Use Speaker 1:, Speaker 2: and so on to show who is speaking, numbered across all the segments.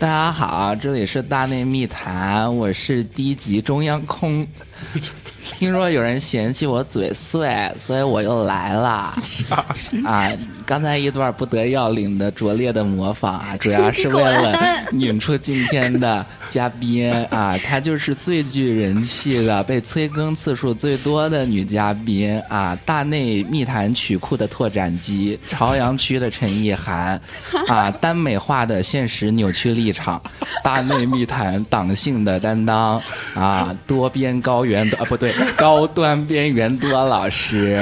Speaker 1: 家好，这里是大内密谈，我是低级中央空。 听说有人嫌弃我嘴碎，所以我又来了。 啊，刚才一段不得要领的拙劣的模仿啊，主要是为了引出今天的嘉宾啊，她就是最具人气的、被催更次数最多的女嘉宾啊，大内密谈曲库的拓展机，朝阳区的陈意涵啊，耽美化的现实扭曲立场，大内密谈党性的担当啊，多边高原的啊不对，高端边缘多老师。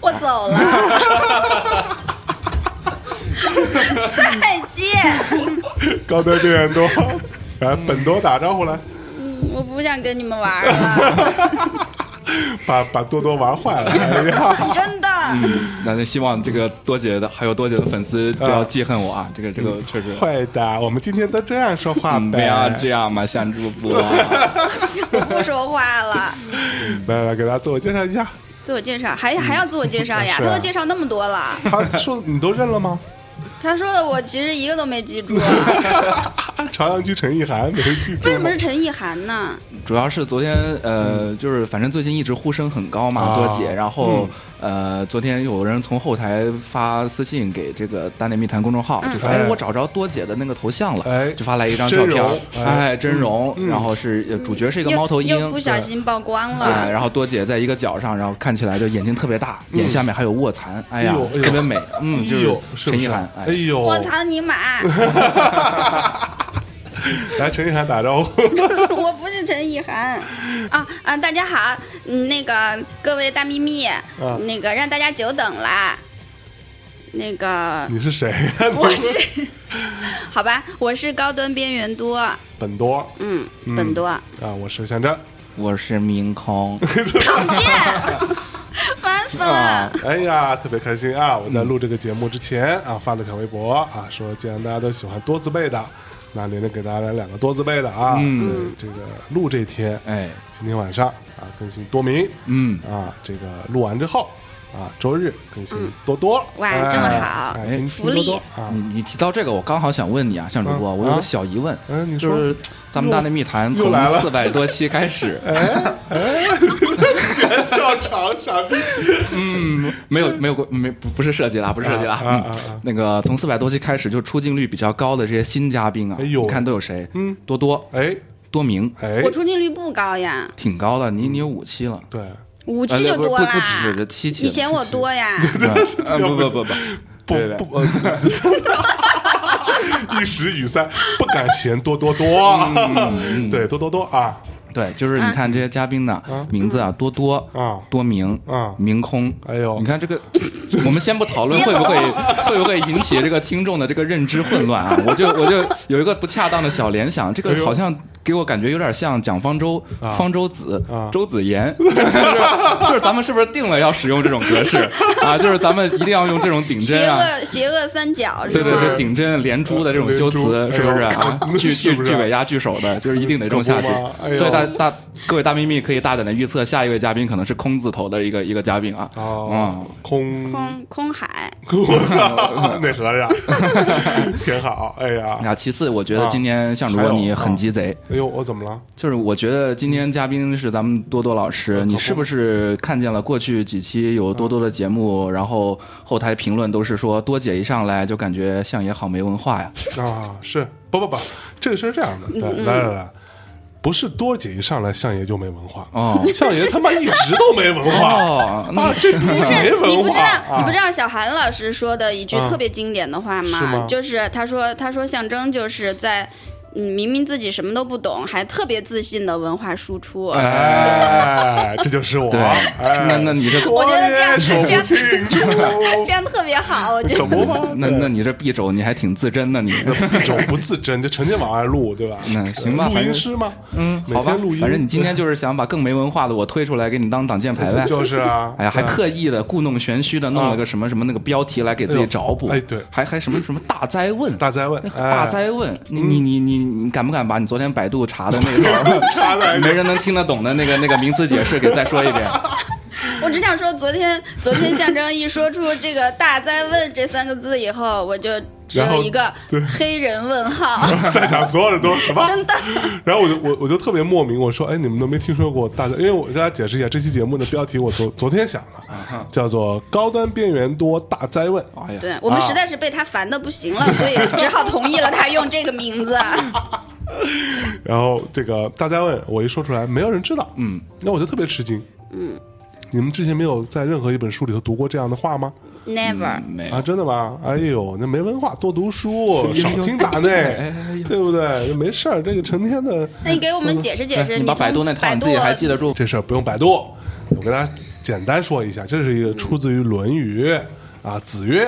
Speaker 2: 我走了， 再见。
Speaker 3: 高端边缘多，来本多打招呼来，
Speaker 2: 我不想跟你们 玩了，
Speaker 3: 把把多多玩坏了。哎呀
Speaker 2: 真的。
Speaker 4: 那就希望这个多姐的还有多姐的粉丝不要记恨我啊！这个这个确实，
Speaker 3: 会的，我们今天都这样说话
Speaker 4: 嗯不要
Speaker 3: 呗。
Speaker 4: 这样嘛，向主播。
Speaker 2: 我不说话了。
Speaker 3: 来来，给大家自我介绍一下。
Speaker 2: 自我介绍，还还要自我介绍呀？
Speaker 3: 是
Speaker 2: 他
Speaker 3: 啊
Speaker 2: 都介绍那么多了，
Speaker 3: 他说你都认了吗？
Speaker 2: 他说的我其实一个都没 记住。
Speaker 3: 朝阳区陈意涵，没人记住吗。
Speaker 2: 为什么是陈意涵呢？
Speaker 4: 主要是昨天呃，就是反正最近一直呼声很高嘛，
Speaker 3: 嗯啊
Speaker 4: 多姐。然后呃，昨天有人从后台发私信给这个大内密谈公众
Speaker 2: 嗯
Speaker 4: 号，就说
Speaker 3: 哎
Speaker 4: 哎，我找着多姐的那个头像
Speaker 3: 哎
Speaker 4: 了，就发来一张照
Speaker 3: 真嗯
Speaker 4: 片
Speaker 3: 容，哎
Speaker 4: 哎，真容。然后是呃主角是一个
Speaker 2: 又
Speaker 4: 猫头鹰，
Speaker 2: 又不小心曝光
Speaker 4: 对，
Speaker 2: 了。
Speaker 4: 然后多姐在一个角上，然后看起来就眼睛特别大，眼下面还有卧蚕，哎呀
Speaker 3: 哎呦哎，呦
Speaker 4: 特别美，嗯，就
Speaker 3: 哎呦，是
Speaker 4: 陈
Speaker 3: 不
Speaker 4: 意
Speaker 3: 是？
Speaker 4: 涵，
Speaker 3: 哎
Speaker 4: 哎，
Speaker 3: 呦，
Speaker 2: 我操你妈！
Speaker 3: 来，陈意涵打招呼。
Speaker 2: 我不是陈意涵啊啊！大家好，嗯那个各位大咪咪，
Speaker 4: 啊
Speaker 2: 那个让大家久等啦。那个
Speaker 3: 你是谁？
Speaker 2: 我是，好吧，我是高端边缘多，
Speaker 3: 本多
Speaker 2: 嗯，
Speaker 3: 嗯
Speaker 2: 本多，
Speaker 3: 啊，我是向真。
Speaker 1: 我是明空，
Speaker 2: 讨厌， 烦死
Speaker 4: 啊
Speaker 2: 了。
Speaker 3: 哎呀，特别开心啊！我在录这个节目之前啊，发了条微博啊，说既然大家都喜欢多字辈的，那连着给大家来两个多字辈的啊。嗯，这个录这天，
Speaker 4: 哎，
Speaker 3: 今天晚上啊更新多名，
Speaker 4: 嗯
Speaker 3: 啊，这个录完之后啊，周日更新多多。
Speaker 2: 哇
Speaker 3: 哎
Speaker 2: 这么好
Speaker 3: 哎
Speaker 4: 哎
Speaker 3: 听听
Speaker 2: 福利
Speaker 3: 多多啊
Speaker 4: 你！你提到这个，我刚好想问你啊，向主播，
Speaker 3: 嗯
Speaker 4: 我有
Speaker 3: 啊
Speaker 4: 个小疑问，
Speaker 3: 嗯你说
Speaker 4: 就是咱们大内密谈
Speaker 3: 又
Speaker 4: 从
Speaker 3: 来了哎
Speaker 4: 四百多期 开始，
Speaker 3: 笑场傻逼，
Speaker 4: 没有没有过没不不是设计了，不是设计了，
Speaker 3: 啊啊
Speaker 4: 嗯
Speaker 3: 啊啊
Speaker 4: 那个从四百多期开始就出镜率比较高的这些新嘉宾啊，
Speaker 3: 哎呦
Speaker 4: 你看都有谁？
Speaker 3: 嗯
Speaker 4: 多多、
Speaker 3: 哎
Speaker 4: 多明，
Speaker 3: 哎
Speaker 2: 我，出镜率不高呀，
Speaker 4: 挺高的，你你有五期了，
Speaker 3: 对，
Speaker 2: 五期就
Speaker 4: 呃不
Speaker 2: 多
Speaker 4: 不
Speaker 2: 啦
Speaker 4: 不止这，七期
Speaker 2: 你嫌我多呀？
Speaker 4: 对呃不不不不，
Speaker 3: 不
Speaker 4: 对
Speaker 3: 不，呃一时语塞，不敢嫌多多多。对，多多多啊，
Speaker 4: 对，就是你看这些嘉宾呢，名字啊，多多
Speaker 3: 啊
Speaker 4: 多明
Speaker 3: 啊
Speaker 4: 明空，
Speaker 3: 哎呦
Speaker 4: 你看这个， 我们先不讨论会不会会不会引起这个听众的这个认知混乱啊，我就我就有一个不恰当的小联想，这
Speaker 3: 哎
Speaker 4: 个
Speaker 3: 呦
Speaker 4: 好像给我感觉有点像蒋方舟、
Speaker 3: 啊
Speaker 4: 方舟子
Speaker 3: 啊、
Speaker 4: 周子妍， 就是就是咱们是不是定了要使用这种格式啊？就是咱们一定要用这种顶
Speaker 2: 邪
Speaker 4: 针啊。
Speaker 2: 恶邪恶三角是
Speaker 4: 对对
Speaker 2: 吗？
Speaker 4: 对，顶针、连珠的这种修
Speaker 3: 连
Speaker 4: 辞，
Speaker 3: 珠
Speaker 4: 是不是
Speaker 3: 哎呦
Speaker 4: 啊
Speaker 3: 靠？
Speaker 4: 句
Speaker 3: 是
Speaker 4: 句
Speaker 3: 不是
Speaker 4: 句尾压句首的，就是一定得中下去
Speaker 3: 可不嘛哎呦。
Speaker 4: 所以大大各位大秘密可以大胆的预测，下一位嘉宾可能是空字头的一个一个嘉宾啊。
Speaker 3: 哦，空，
Speaker 2: 空空海，
Speaker 3: 我操， 那和 尚挺好。哎
Speaker 4: 嗯，
Speaker 3: 呀，
Speaker 4: 那其次，我觉得
Speaker 3: 啊
Speaker 4: 今天像如
Speaker 3: 还
Speaker 4: 果
Speaker 3: 有
Speaker 4: 你很
Speaker 3: 啊
Speaker 4: 鸡贼，
Speaker 3: 哎呦，我怎么了？
Speaker 4: 就是我觉得今天嘉宾是咱们多多老
Speaker 3: 哎
Speaker 4: 师，你是不是看见了过去几期有多多的节目，然后后台评论都是说多姐一上来就感觉像爷好没文 化呀？
Speaker 3: 啊，是不不不，这个事儿是这样的，
Speaker 2: 嗯
Speaker 3: 对，来来来，不是多姐一上来相爷就没文化，
Speaker 4: 哦
Speaker 3: 相爷他妈一直都没文化，
Speaker 4: 哦，那
Speaker 3: 这不
Speaker 2: 不是
Speaker 3: 没
Speaker 2: 你
Speaker 3: 文
Speaker 2: 不知
Speaker 3: 化
Speaker 2: 道你不
Speaker 3: 啊
Speaker 2: 知道小韩老师说的一句
Speaker 3: 啊
Speaker 2: 特别经典的话
Speaker 3: 是吗
Speaker 2: 就是他说他说象征就是在。嗯，明明自己什么都不懂，还特别自信的文化输出，
Speaker 3: 哎，这就是我。
Speaker 4: 对
Speaker 3: 哎
Speaker 4: 那那你这
Speaker 3: 说
Speaker 2: 我觉得这样
Speaker 3: 也说
Speaker 2: 这样
Speaker 3: 不清楚，
Speaker 2: 这样特别好，我觉
Speaker 3: 可
Speaker 2: 得。
Speaker 3: 不嘛？
Speaker 4: 哦那那你这敝帚你还挺自真的你。
Speaker 3: 一种不自 真，就成天往外录，对吧？呃
Speaker 4: 嗯行吧
Speaker 3: 录
Speaker 4: 反
Speaker 3: 音
Speaker 4: 正
Speaker 3: 师吗？嗯，每
Speaker 4: 好吧
Speaker 3: 天录，音，
Speaker 4: 反正你今天就是想把更没文化的我推出来给你当挡箭牌呗。
Speaker 3: 就是啊，
Speaker 4: 哎呀，还
Speaker 3: 嗯
Speaker 4: 刻意的故弄玄虚的弄了个什么什么那个标题来给自己找补，
Speaker 3: 哎呦哎对
Speaker 4: 还还什么什么大灾问，
Speaker 3: 大灾问，
Speaker 4: 大
Speaker 3: 哎
Speaker 4: 灾问，你你你你你敢不敢把你昨天百度查的那段
Speaker 3: 查来
Speaker 4: 没人能听得懂的那个那个名词解释给再说一遍？
Speaker 2: 我我只想说，昨天昨天象征一说出这个“大灾问”这三个字以后，我就只
Speaker 3: 然后
Speaker 2: 有一个
Speaker 3: 对
Speaker 2: 黑人问号，
Speaker 3: 在场所有人 都什么？
Speaker 2: 真的。
Speaker 3: 然后我就我我就特别莫名，我说哎，你们都没听说过大家，因为我给大家解释一下，这期节目的标题我昨昨天想
Speaker 2: 啊
Speaker 3: 的，叫做“高端边缘多大灾问
Speaker 4: 哎呀，
Speaker 2: 对我
Speaker 3: 啊
Speaker 2: 们实在是被他烦的不行了，所以只好同意了他用这个 名字。”，
Speaker 3: 然后这个大灾问我一说出来，没有人知道，嗯，那我就特别吃惊，嗯，你们之前没有在任何一本书里头读过这样的话吗？
Speaker 2: Never，
Speaker 4: 嗯没有
Speaker 3: 啊，真的吗？哎呦，那没文化，多读 书，少听打
Speaker 4: 哎
Speaker 3: 内
Speaker 4: 哎呦，
Speaker 3: 对不对？没事儿，这个成天的
Speaker 2: 那你给我们解释解释，
Speaker 4: 嗯你把
Speaker 2: 从百
Speaker 4: 百度那啊套你自己还记得 住？
Speaker 3: 这事儿不用百度，我跟大家简单说一下，这是一个出自于《论语》啊，子曰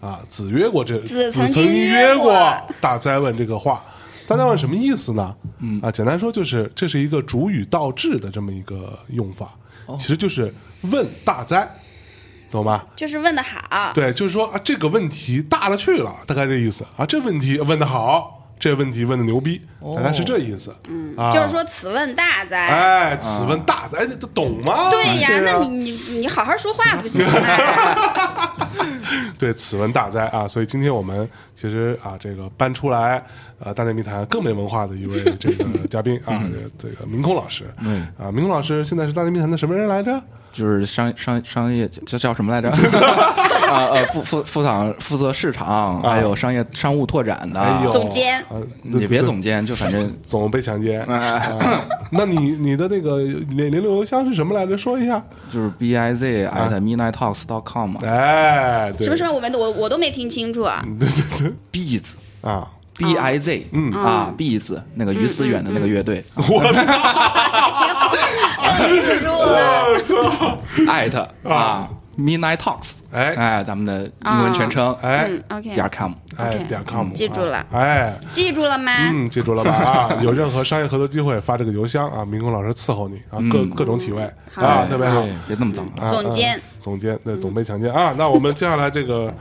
Speaker 3: 啊，子曰过这
Speaker 2: 子
Speaker 3: 曾
Speaker 2: 曾
Speaker 3: 经
Speaker 2: 经
Speaker 3: 曰
Speaker 2: 曰过
Speaker 3: 大灾问这个话。大灾问什么意思呢？啊，简单说就是这是一个主语倒置的这么一个用法，其实就是问大灾，懂吗？
Speaker 2: 就是问的好。
Speaker 3: 对，就是说啊，这个问题大了去了，大概这意思啊。这问题问的好，这问题问的牛逼，大概是这意思。嗯，啊、
Speaker 2: 就是说，此问大灾。
Speaker 3: 哎，此问大哉，哎，这懂吗？
Speaker 2: 对呀，
Speaker 3: 啊
Speaker 2: 那你你你好好说话不行吗？
Speaker 3: 对此问大哉啊！所以今天我们其实啊，这个搬出来呃，大内密谈更没文化的一位这个 嘉宾啊，这个这个明空老师，嗯啊，明空老师现在是大内密谈的什么人来着？
Speaker 4: 就是商商商业这叫什么来 着？啊呃，副副副厂负责市场，还有商业商务拓展的。
Speaker 3: 啊哎呦，
Speaker 2: 总监
Speaker 3: 啊，对
Speaker 4: 也别总，监，就 反正
Speaker 3: 对总被强 奸。
Speaker 4: 哎哎哎
Speaker 3: 啊那你你的那个联联络邮箱是什么来着？说一下。
Speaker 4: 就是 b i z
Speaker 3: 啊
Speaker 4: at midnight talks dot com 嘛
Speaker 3: 哎， 对，嗯
Speaker 2: 什么什么，我们我我都没听清楚。
Speaker 3: 对对对，
Speaker 4: ，bees
Speaker 3: 啊，
Speaker 4: b i z 嗯啊 bees 那个于思远的那个乐 队
Speaker 2: 记住了，
Speaker 3: 我操，
Speaker 4: at 啊 midnight talks
Speaker 3: 哎
Speaker 4: 哎咱们的英文全称
Speaker 3: 哎
Speaker 2: 嗯，OK，
Speaker 4: 点 com
Speaker 3: 哎
Speaker 2: OK，
Speaker 3: 点 com，
Speaker 2: 记住了
Speaker 3: 啊哎。
Speaker 2: 记住了吗？
Speaker 3: 嗯，记住了吧？啊，有任何商业合作机会，发这个邮箱啊，明空老师伺候你啊，各各种体位啊，
Speaker 4: 哎
Speaker 3: 特别好
Speaker 4: 哎。别那么脏啊
Speaker 3: 啊
Speaker 2: 总监嗯
Speaker 3: 啊总监，对，总被强奸啊。那我们接下来这个，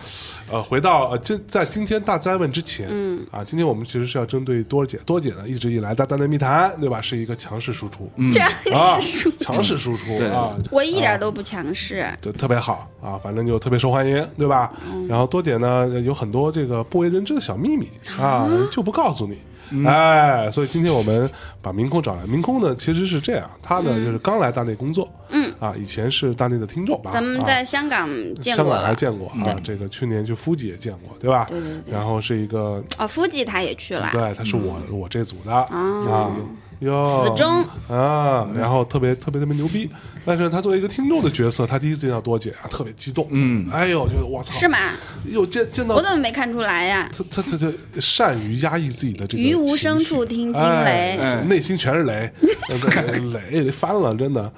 Speaker 3: 呃，回到呃，今在今天大灾问之前，嗯啊，今天我们其实是要针对多姐，多姐呢一直以来在大内密谈，对吧，是一个强势输出，嗯
Speaker 2: 这样
Speaker 3: 啊
Speaker 2: 是说，，
Speaker 3: 强势输出
Speaker 4: 对
Speaker 3: 啊，
Speaker 2: 我一点都不强势。
Speaker 3: 就特别好啊，反正就特别受欢迎，对吧？
Speaker 2: 嗯
Speaker 3: 然后多姐呢有很多这个不为人知的小秘密啊，就不告诉你。
Speaker 2: 嗯
Speaker 3: 哎，所以今天我们把明空找来。明空呢，其实是这样，他呢、
Speaker 2: 嗯
Speaker 3: 就是刚来大内工作，嗯啊，以前是大内的听众吧，
Speaker 2: 咱们在香港见
Speaker 3: 啊香
Speaker 2: 过
Speaker 3: 港还
Speaker 2: 了，嗯
Speaker 3: 见过啊，这个去年去夫吉也见过，对吧？
Speaker 2: 对对对
Speaker 3: 然后是一个，
Speaker 2: 哦，夫妻他也去了，
Speaker 3: 对，他是我、我这组的啊，哟，
Speaker 2: 哦死忠
Speaker 3: 啊，然后特别特别特别牛逼。但是他作为一个听众的角色，他第一次见到多姐啊，特别激动，嗯，哎呦，就是我操，
Speaker 2: 是？吗？
Speaker 3: 又见见到
Speaker 2: 我怎么没看出来呀？
Speaker 3: 他他他他善于压抑自己的这个
Speaker 2: 于无声
Speaker 3: 情绪
Speaker 2: 处听惊雷，
Speaker 3: 哎内心全是 雷，呃对雷雷翻了，真的。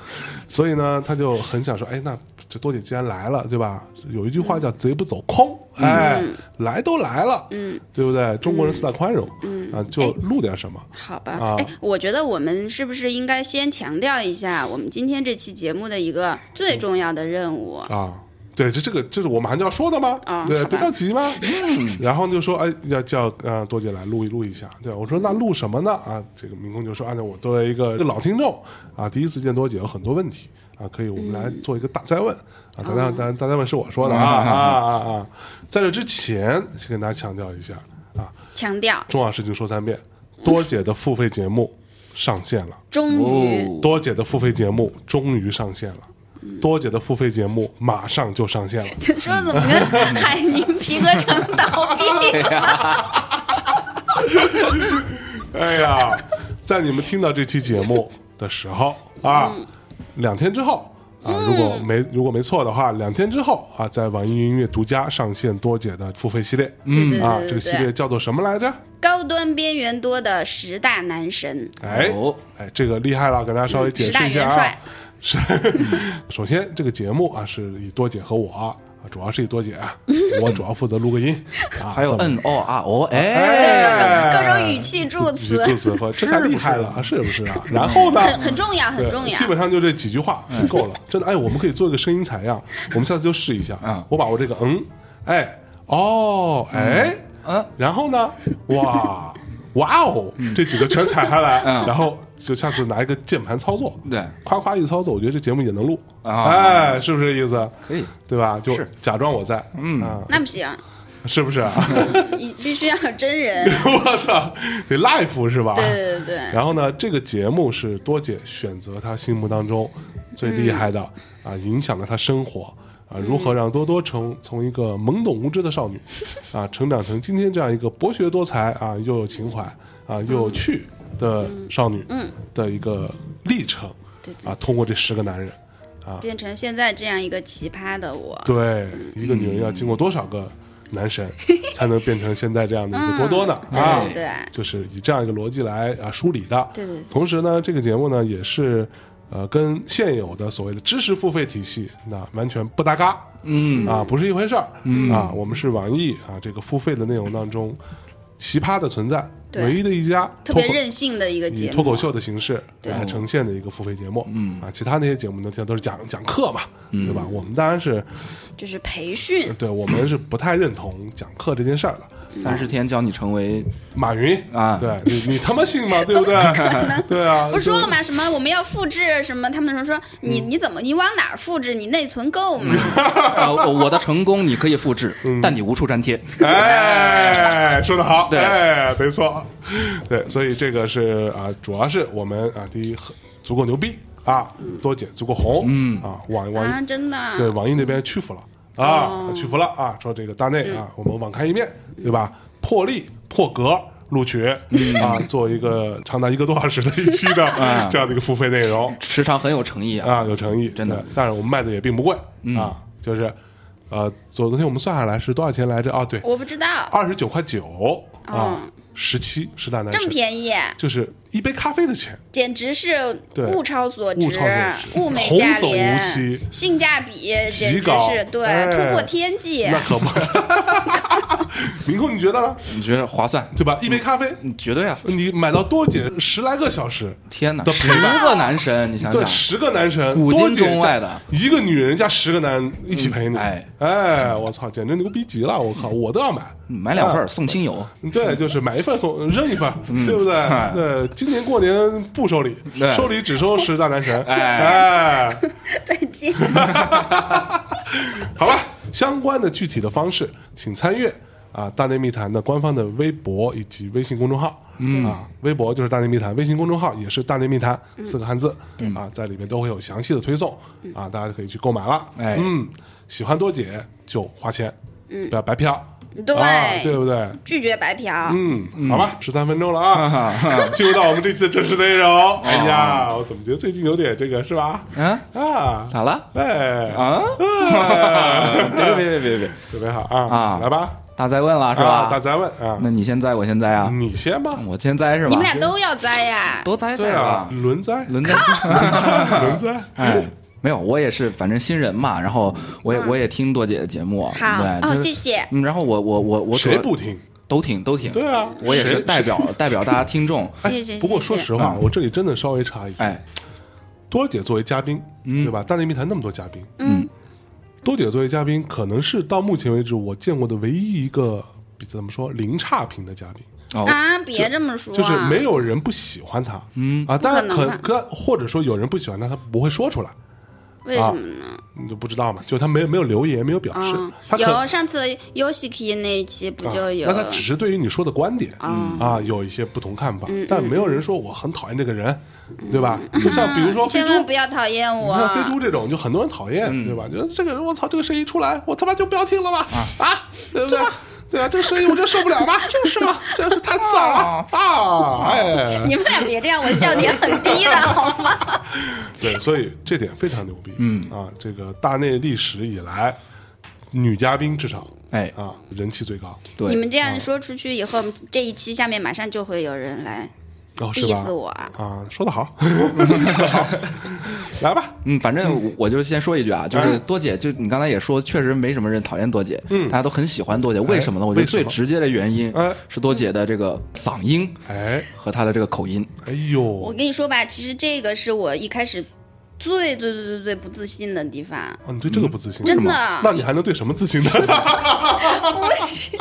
Speaker 3: 所以呢，他就很想说，哎，那这多姐既然来了，对吧？有一句话叫“贼不走空”，哎，来都来了，嗯，对不对？中国人四大宽容，嗯啊，就录点什么。
Speaker 2: 好
Speaker 3: 啊
Speaker 2: 吧，哎、我觉得我们是不是应该先强调一下我们今天这期节目的一个最重要的任务？
Speaker 3: 啊。对，这这个这是我马上就要说的吗？
Speaker 2: 啊
Speaker 3: 对，
Speaker 2: 好吧嗯
Speaker 3: 别着急嘛。 然后就说，哎，要叫呃多姐来录一录一下。对，我说那录什么呢？啊，这个民工就说，按照我作为一个老听众啊，第一次见多姐有很多问题啊，可以我们来做一个大灾问、啊。
Speaker 2: 哦
Speaker 3: 大家大家大灾问是我说的啊
Speaker 2: 嗯
Speaker 3: 啊啊啊啊！在这之前，先跟大家强调一下啊，
Speaker 2: 强调，
Speaker 3: 重要事情说三遍，多姐的付费节目上线了。
Speaker 2: 终于，
Speaker 4: 哦，
Speaker 3: 多姐的付费节目终于上线了，多姐的付费节目马上就上线了。
Speaker 2: 说得怎么跟海宁皮革城 倒闭？
Speaker 3: 哎 呀，在你们听到这期节目的时候啊，
Speaker 2: 嗯
Speaker 3: 两天之后啊，如果没如果没错的话，两天之后啊，在网易云音乐独家上线多姐的付费系列。
Speaker 2: 对对
Speaker 3: 啊，
Speaker 2: 对
Speaker 3: 这个
Speaker 2: 对
Speaker 3: 系
Speaker 2: 对
Speaker 3: 列叫做什么来着？
Speaker 2: 高端边缘多的十大男神，
Speaker 3: 哎
Speaker 4: 哦
Speaker 3: 哎，这个厉害了，给大家稍微解释一下
Speaker 2: 十大元
Speaker 3: 啊
Speaker 2: 帅。
Speaker 3: 是， 首先这个节目啊，是以多姐和我啊，主要是以多姐 啊，我主要负责录个音啊，
Speaker 4: 还有
Speaker 3: 这么
Speaker 4: n o r o 哎，
Speaker 3: 哎
Speaker 2: 各种语气助
Speaker 3: 语
Speaker 2: 词，
Speaker 3: 助词和这下厉害了，是不是 啊？然后呢？
Speaker 2: 很很重要，很
Speaker 3: 对
Speaker 2: 重要
Speaker 3: 基。本上就这几句话
Speaker 4: 嗯
Speaker 3: 够了，真的。哎，我们可以做一个声音采样，我们下次就试一下。
Speaker 4: 嗯
Speaker 3: 我把我这个嗯，哎，哦，哎，
Speaker 4: 嗯，
Speaker 3: 然后呢，哇，哇哦，这几个全踩下来，
Speaker 4: 嗯
Speaker 3: 然后就下次拿一个键盘操作，
Speaker 4: 对
Speaker 3: 夸夸一操作，我觉得这节目也能录，
Speaker 4: 啊
Speaker 3: 哎，是不是这意思？
Speaker 4: 可以，
Speaker 3: 对吧？就是假装我在，嗯，啊、
Speaker 2: 那不行，
Speaker 3: 是不是啊？
Speaker 2: 你必须要有真人。
Speaker 3: 我操，得 life 是吧？
Speaker 2: 对对对对，
Speaker 3: 然后呢，这个节目是多姐选择她心目当中最厉害的、
Speaker 2: 嗯
Speaker 3: 啊，影响了她生活啊，如何让多多成从一个懵懂无知的 少女啊，成长成今天这样一个博学多才啊，又有情怀啊，
Speaker 2: 嗯
Speaker 3: 又有趣的少女，嗯，的一个历程，
Speaker 2: 对对哦
Speaker 3: 啊，通过这十个男人，啊
Speaker 2: 变成现在这样一个奇葩的我，
Speaker 3: 对，一个女人要经过多少个男神，
Speaker 2: 嗯
Speaker 3: 才能变成现在这样的一个多多呢？啊，
Speaker 2: 对对
Speaker 3: 就是以这样一个逻辑来啊梳理的。
Speaker 2: 哎对对对
Speaker 3: 同时呢，这个节目呢也是呃跟现有的所谓的知识付费体系那完全不搭嘎。嗯啊，不是一回事儿。嗯啊，我们是网易啊这个付费的内容当中奇葩的存在，
Speaker 2: 对
Speaker 3: 唯一的一家
Speaker 2: 特别
Speaker 3: 脱口
Speaker 2: 任性的一个
Speaker 3: 以
Speaker 2: 节
Speaker 3: 脱
Speaker 2: 目。
Speaker 3: 口秀的形式来呈现的一个付费节目，嗯啊，其他那些节目呢，现在都是讲讲课嘛，对吧？我们当然是
Speaker 2: 就是培训，
Speaker 3: 对我们是不太认同讲课这件事儿的。
Speaker 4: 三十天教你成为
Speaker 3: 马云
Speaker 4: 啊
Speaker 3: 对你你他妈信吗？对不对？对啊，
Speaker 2: 不是说了
Speaker 3: 吗？
Speaker 2: 吗？什么我们要复制什么？他们那时候说你
Speaker 3: 嗯
Speaker 2: 你怎么你往哪儿复制？你内存够 吗？
Speaker 4: 呃，我的成功你可以复制，
Speaker 3: 嗯
Speaker 4: 但你无处粘贴。
Speaker 3: 哎，说得好，
Speaker 4: 对
Speaker 3: 哎，没错，对，所以这个是啊、主要是我们啊、第一很足够牛逼啊，多姐足够红，嗯啊，网网易、
Speaker 2: 啊，真的。
Speaker 3: 对网易那边屈服了啊，屈服了啊，说这个大内啊，我们网开一面，对吧？破例破格。录取啊，做一个长达一个多小时的一期的这样的一个付费内容，
Speaker 4: 时常很有诚意啊，
Speaker 3: 啊，有诚意，
Speaker 4: 真的嗯
Speaker 3: 对。但是我们卖的也并不贵、啊，就是呃，昨昨天我们算下来是多少钱来着？啊，对，
Speaker 2: 我不知道，
Speaker 3: 二十九块九啊
Speaker 2: 哦，
Speaker 3: 十七十大男
Speaker 2: 这么
Speaker 3: 神，
Speaker 2: 便宜，
Speaker 3: 就是一杯咖啡的钱。
Speaker 2: 简直是
Speaker 3: 对
Speaker 2: 物超所值
Speaker 3: 物超所，值
Speaker 2: 物美价
Speaker 3: 童叟
Speaker 2: 廉
Speaker 3: 无欺，
Speaker 2: 性价比简直
Speaker 3: 高
Speaker 2: 是对
Speaker 3: 哎
Speaker 2: 突破天际。
Speaker 3: 那可不，明空你觉得呢？
Speaker 4: 你觉得划算？
Speaker 3: 对吧？一杯咖啡，
Speaker 4: 嗯绝对啊！
Speaker 3: 你买到多姐十来个小时，
Speaker 4: 天哪，
Speaker 3: 的
Speaker 4: 十
Speaker 3: 陪伴
Speaker 4: 个男神，你想
Speaker 3: 对，
Speaker 4: 想，
Speaker 3: 十个男神，
Speaker 4: 古今
Speaker 3: 多姐
Speaker 4: 中外的
Speaker 3: 加一个女人加十个男人一起陪你，
Speaker 4: 嗯哎嗯
Speaker 3: 哎，我操，简直牛逼极了！我靠，我都要买，
Speaker 4: 买两份
Speaker 3: 啊
Speaker 4: 儿送亲友，
Speaker 3: 对，就是买一份送扔一份，对不对？
Speaker 4: 哎
Speaker 3: 对，今年过年不收礼
Speaker 4: 对，
Speaker 3: 收礼只收十大男神。
Speaker 4: 哎
Speaker 3: 哎，
Speaker 2: 再见，
Speaker 3: 好吧，相关的具体的方式，请参阅啊《大内密谈》的官方的微博以及微信公众号。嗯啊，微博就是《大内密谈》，微信公众号也是《大内密谈》
Speaker 4: 嗯
Speaker 3: 四个汉字啊，在里面都会有详细的推送啊，大家可以去购买了。
Speaker 4: 哎嗯
Speaker 3: 嗯，喜欢多姐就花钱，不要白嫖。
Speaker 2: 对
Speaker 3: 啊，对不对？
Speaker 2: 拒绝白嫖。
Speaker 3: 嗯，好吧，十三分钟了 啊， 进入到我们这期的正式内容。哎呀，我怎么觉得最近有点这个是吧？
Speaker 4: 哦嗯，
Speaker 3: 啊，
Speaker 4: 咋了？
Speaker 3: 哎，
Speaker 4: 啊？
Speaker 3: 啊
Speaker 4: 别别别别别，
Speaker 3: 准备好啊，
Speaker 4: 啊
Speaker 3: 来吧，
Speaker 4: 大灾问了是
Speaker 3: 啊，大
Speaker 4: 吧？
Speaker 3: 咱们啊，
Speaker 4: 那你先栽，我先栽啊，
Speaker 3: 你先吧。
Speaker 4: 我先栽是吧？
Speaker 2: 你们俩都要栽呀？
Speaker 4: 都栽
Speaker 3: 对
Speaker 4: 栽
Speaker 3: 啊
Speaker 4: 吧，，
Speaker 3: 轮灾，
Speaker 4: 轮栽。
Speaker 3: 轮灾，
Speaker 4: 哎，没有，我也是，反正新人嘛，然后我也、
Speaker 2: 嗯
Speaker 4: 我也听多姐的节目，
Speaker 2: 好
Speaker 4: 对，就
Speaker 2: 哦，
Speaker 4: 是
Speaker 2: 谢。
Speaker 3: 哎
Speaker 2: 谢。
Speaker 4: 嗯，然后我我我我
Speaker 3: 谁不听？
Speaker 4: 都听都听，
Speaker 3: 对啊
Speaker 4: 我也是
Speaker 3: 谁
Speaker 4: 代表代表大家听众，
Speaker 2: 谢谢。
Speaker 3: 哎不过说
Speaker 2: 谢谢
Speaker 3: 实话，
Speaker 4: 嗯
Speaker 3: 我这里真的稍微插一句，
Speaker 4: 哎，嗯
Speaker 3: 多姐作为嘉宾，对吧？大内密谈那么多嘉宾，嗯，多姐作为嘉宾，可能是到目前为止我见过的唯一一个比怎么说零差评的嘉宾。
Speaker 4: 哦，
Speaker 2: 啊，别这么说，
Speaker 3: 就是没有人不喜欢他，嗯啊，当然
Speaker 2: 不可
Speaker 3: 可
Speaker 2: 能吧
Speaker 3: 可或者说有人不喜欢他，他不会说出来，
Speaker 2: 为什么呢？
Speaker 3: 你就不知道嘛，就他没有没有留言，没有表示，
Speaker 2: 嗯
Speaker 3: 啊他，可
Speaker 2: 有上次 Yoshiki 那一期不就有？哦
Speaker 3: 啊，那他只是对于你说的观点、啊有一些不同看法，
Speaker 2: 嗯
Speaker 3: 但没有人说我很讨厌这个人，对吧？就像比如说飞
Speaker 2: 啊千
Speaker 3: 猪。
Speaker 2: 万不要讨厌
Speaker 3: 你
Speaker 2: 我。
Speaker 3: 看飞猪这种，就很多人讨厌，对吧？觉得这个人，我操，这个声音一出来，我他妈就不要听了嘛，啊，对不对？对啊，这个声音我真受不 了嘛，就是嘛，真是太刺耳了
Speaker 2: 哦
Speaker 3: 啊！哎，
Speaker 2: 你们俩别这样，我笑点很低的好 吗？
Speaker 3: 对，所以这点非常牛逼。嗯啊，这个大内历史以来，女嘉宾至少
Speaker 4: 哎
Speaker 3: 啊人气最高
Speaker 4: 对，
Speaker 2: 你们这样说出去以后，这一期下面马上就会有人来
Speaker 3: 哦，是吧
Speaker 2: diss？我。
Speaker 3: 啊，说得 好，说得好来吧，
Speaker 4: 嗯，反正我我就先说一句啊，就是
Speaker 3: 哎
Speaker 4: 多姐，就你刚才也说，确实没什么人讨厌多姐，嗯，大家都很喜欢多姐，为什么呢？我觉得
Speaker 3: 为什么
Speaker 4: 最直接的原因
Speaker 3: 哎
Speaker 4: 是多姐的这个嗓音
Speaker 3: 哎，
Speaker 4: 和她的这个口音，
Speaker 3: 哎
Speaker 2: 我
Speaker 3: 呦，
Speaker 2: 跟你说吧，其实这个是我一开始最最最最最不自信的地方，
Speaker 3: 哦，你对这个不自信，
Speaker 2: 真的
Speaker 3: 是吗 那你还能对什么自信呢？
Speaker 2: 不是，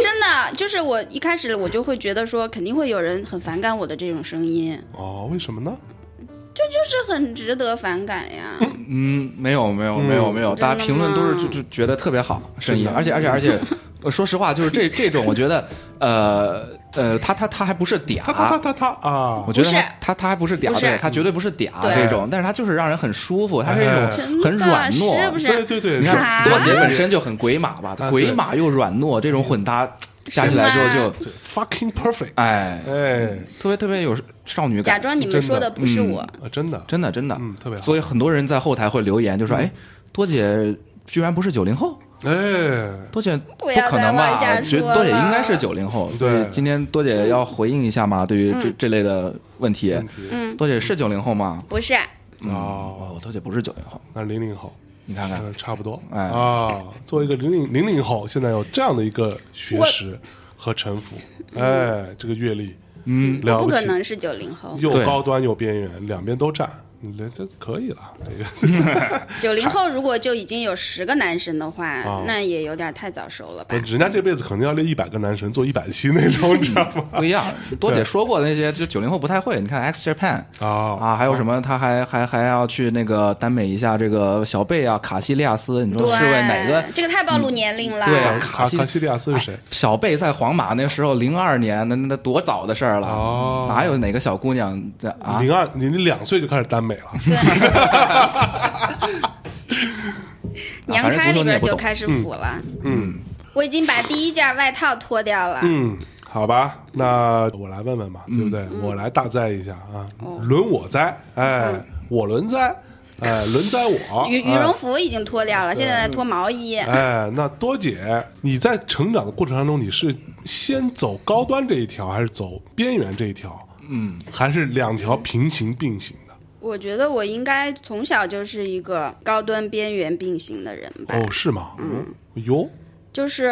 Speaker 2: 真的，的，就是我一开始我就会觉得说，肯定会有人很反感我的这种声音，
Speaker 3: 哦，为什么呢？
Speaker 2: 这就是很值得反感 呀。
Speaker 4: 嗯，没有没有没有没有，大家评论都是就就觉得特别好声音，而且而且而且，呃说实话，就是这这种，我觉得呃呃，他他他还不是嗲，
Speaker 3: 他他他他他啊
Speaker 4: 我，觉得
Speaker 2: 不是
Speaker 4: 他他他还不是嗲，
Speaker 2: 不是
Speaker 4: 对他绝对不是嗲
Speaker 2: 对
Speaker 4: 这种，但是他就是让人很舒服，他是一种
Speaker 2: 真
Speaker 4: 很
Speaker 2: 的
Speaker 4: 软糯，
Speaker 2: 是不是？
Speaker 3: 对对对，
Speaker 4: 你看
Speaker 2: 啊
Speaker 4: 多姐本身就很鬼马吧，
Speaker 3: 啊嗯
Speaker 4: 鬼马又软糯，这种混搭加起来之后就，
Speaker 3: 是 fucking perfect，
Speaker 4: 哎，
Speaker 3: 哎，
Speaker 4: 特别特别有少女
Speaker 2: 假
Speaker 4: 感，
Speaker 2: 装你啊们说的不是我，
Speaker 3: 啊真的，
Speaker 4: 真的真的，
Speaker 3: 嗯特别好
Speaker 4: 所以很多人在后台会留言，就说：“哎，多姐居然不是九零后，
Speaker 3: 哎，
Speaker 4: 多姐
Speaker 2: 不要
Speaker 4: 可能吧
Speaker 2: 再往下？”
Speaker 4: 觉
Speaker 2: 说
Speaker 4: 得多姐
Speaker 2: 了嗯
Speaker 4: 应该是九零后，
Speaker 3: 对
Speaker 4: 所以今天多姐要回应一下嘛，对于这这类的问题嗯
Speaker 3: 问，题
Speaker 4: 多姐是九零后吗？
Speaker 2: 不是。啊
Speaker 3: 哦，
Speaker 4: 哦，多姐不是九零后，
Speaker 3: 那零零后。
Speaker 4: 你看看，
Speaker 3: 嗯，差不多。
Speaker 4: 哎
Speaker 3: 啊，作为一个零零零零后，现在有这样的一个学识和城府，哎，这个阅历，嗯，了
Speaker 2: 嗯不
Speaker 3: 不
Speaker 2: 可
Speaker 3: 起，
Speaker 2: 能是九零后，
Speaker 3: 又
Speaker 4: 对
Speaker 3: 高端又边缘，两边都占，你这这可以了，这个
Speaker 2: 九零后如果就已经有十个男神的话
Speaker 3: 啊，？
Speaker 2: 那也有点太早熟了吧
Speaker 3: 人家这辈子可能要练一百个男神，做一百期那种，你知道吗？
Speaker 4: 不一样。多
Speaker 3: 啊对
Speaker 4: 姐说过的那些，就九零后不太会。你看 X Japan
Speaker 3: 哦
Speaker 4: 啊，还有什么？他还还还要去那个耽美一下这个小贝啊，卡西利亚斯。你说
Speaker 2: 对，
Speaker 4: 是为哪个？
Speaker 2: 这个太暴露年龄了。
Speaker 4: 对啊
Speaker 3: 卡卡西利亚斯是谁？
Speaker 4: 小贝在皇马那时候，零二年那那那多早的事儿了，
Speaker 3: 哦
Speaker 4: 哪有哪个小姑娘这啊？
Speaker 3: 零二，你你两岁就开始耽美了，
Speaker 2: 娘胎里边就
Speaker 4: 反
Speaker 2: 开始腐了。嗯，我已经把第一件外套脱掉了。
Speaker 3: 嗯， 好吧，那我来问问吧，
Speaker 2: 嗯
Speaker 3: 对不对？我来大哉一下啊，
Speaker 2: 哦
Speaker 3: 轮我哉，
Speaker 2: 嗯
Speaker 3: 哎，我轮哉，哎，轮哉我，
Speaker 2: 羽羽
Speaker 3: 哎
Speaker 2: 绒服已经脱掉了，现在在脱毛衣。
Speaker 3: 哎，那多姐，你在成长的过程当中，你是先走高端这一条，还是走边缘这一条？嗯，还是两条平行并行的？
Speaker 2: 我觉得我应该从小就是一个高端边缘并行的人吧，
Speaker 3: 哦，是吗？嗯，哟，
Speaker 2: 就是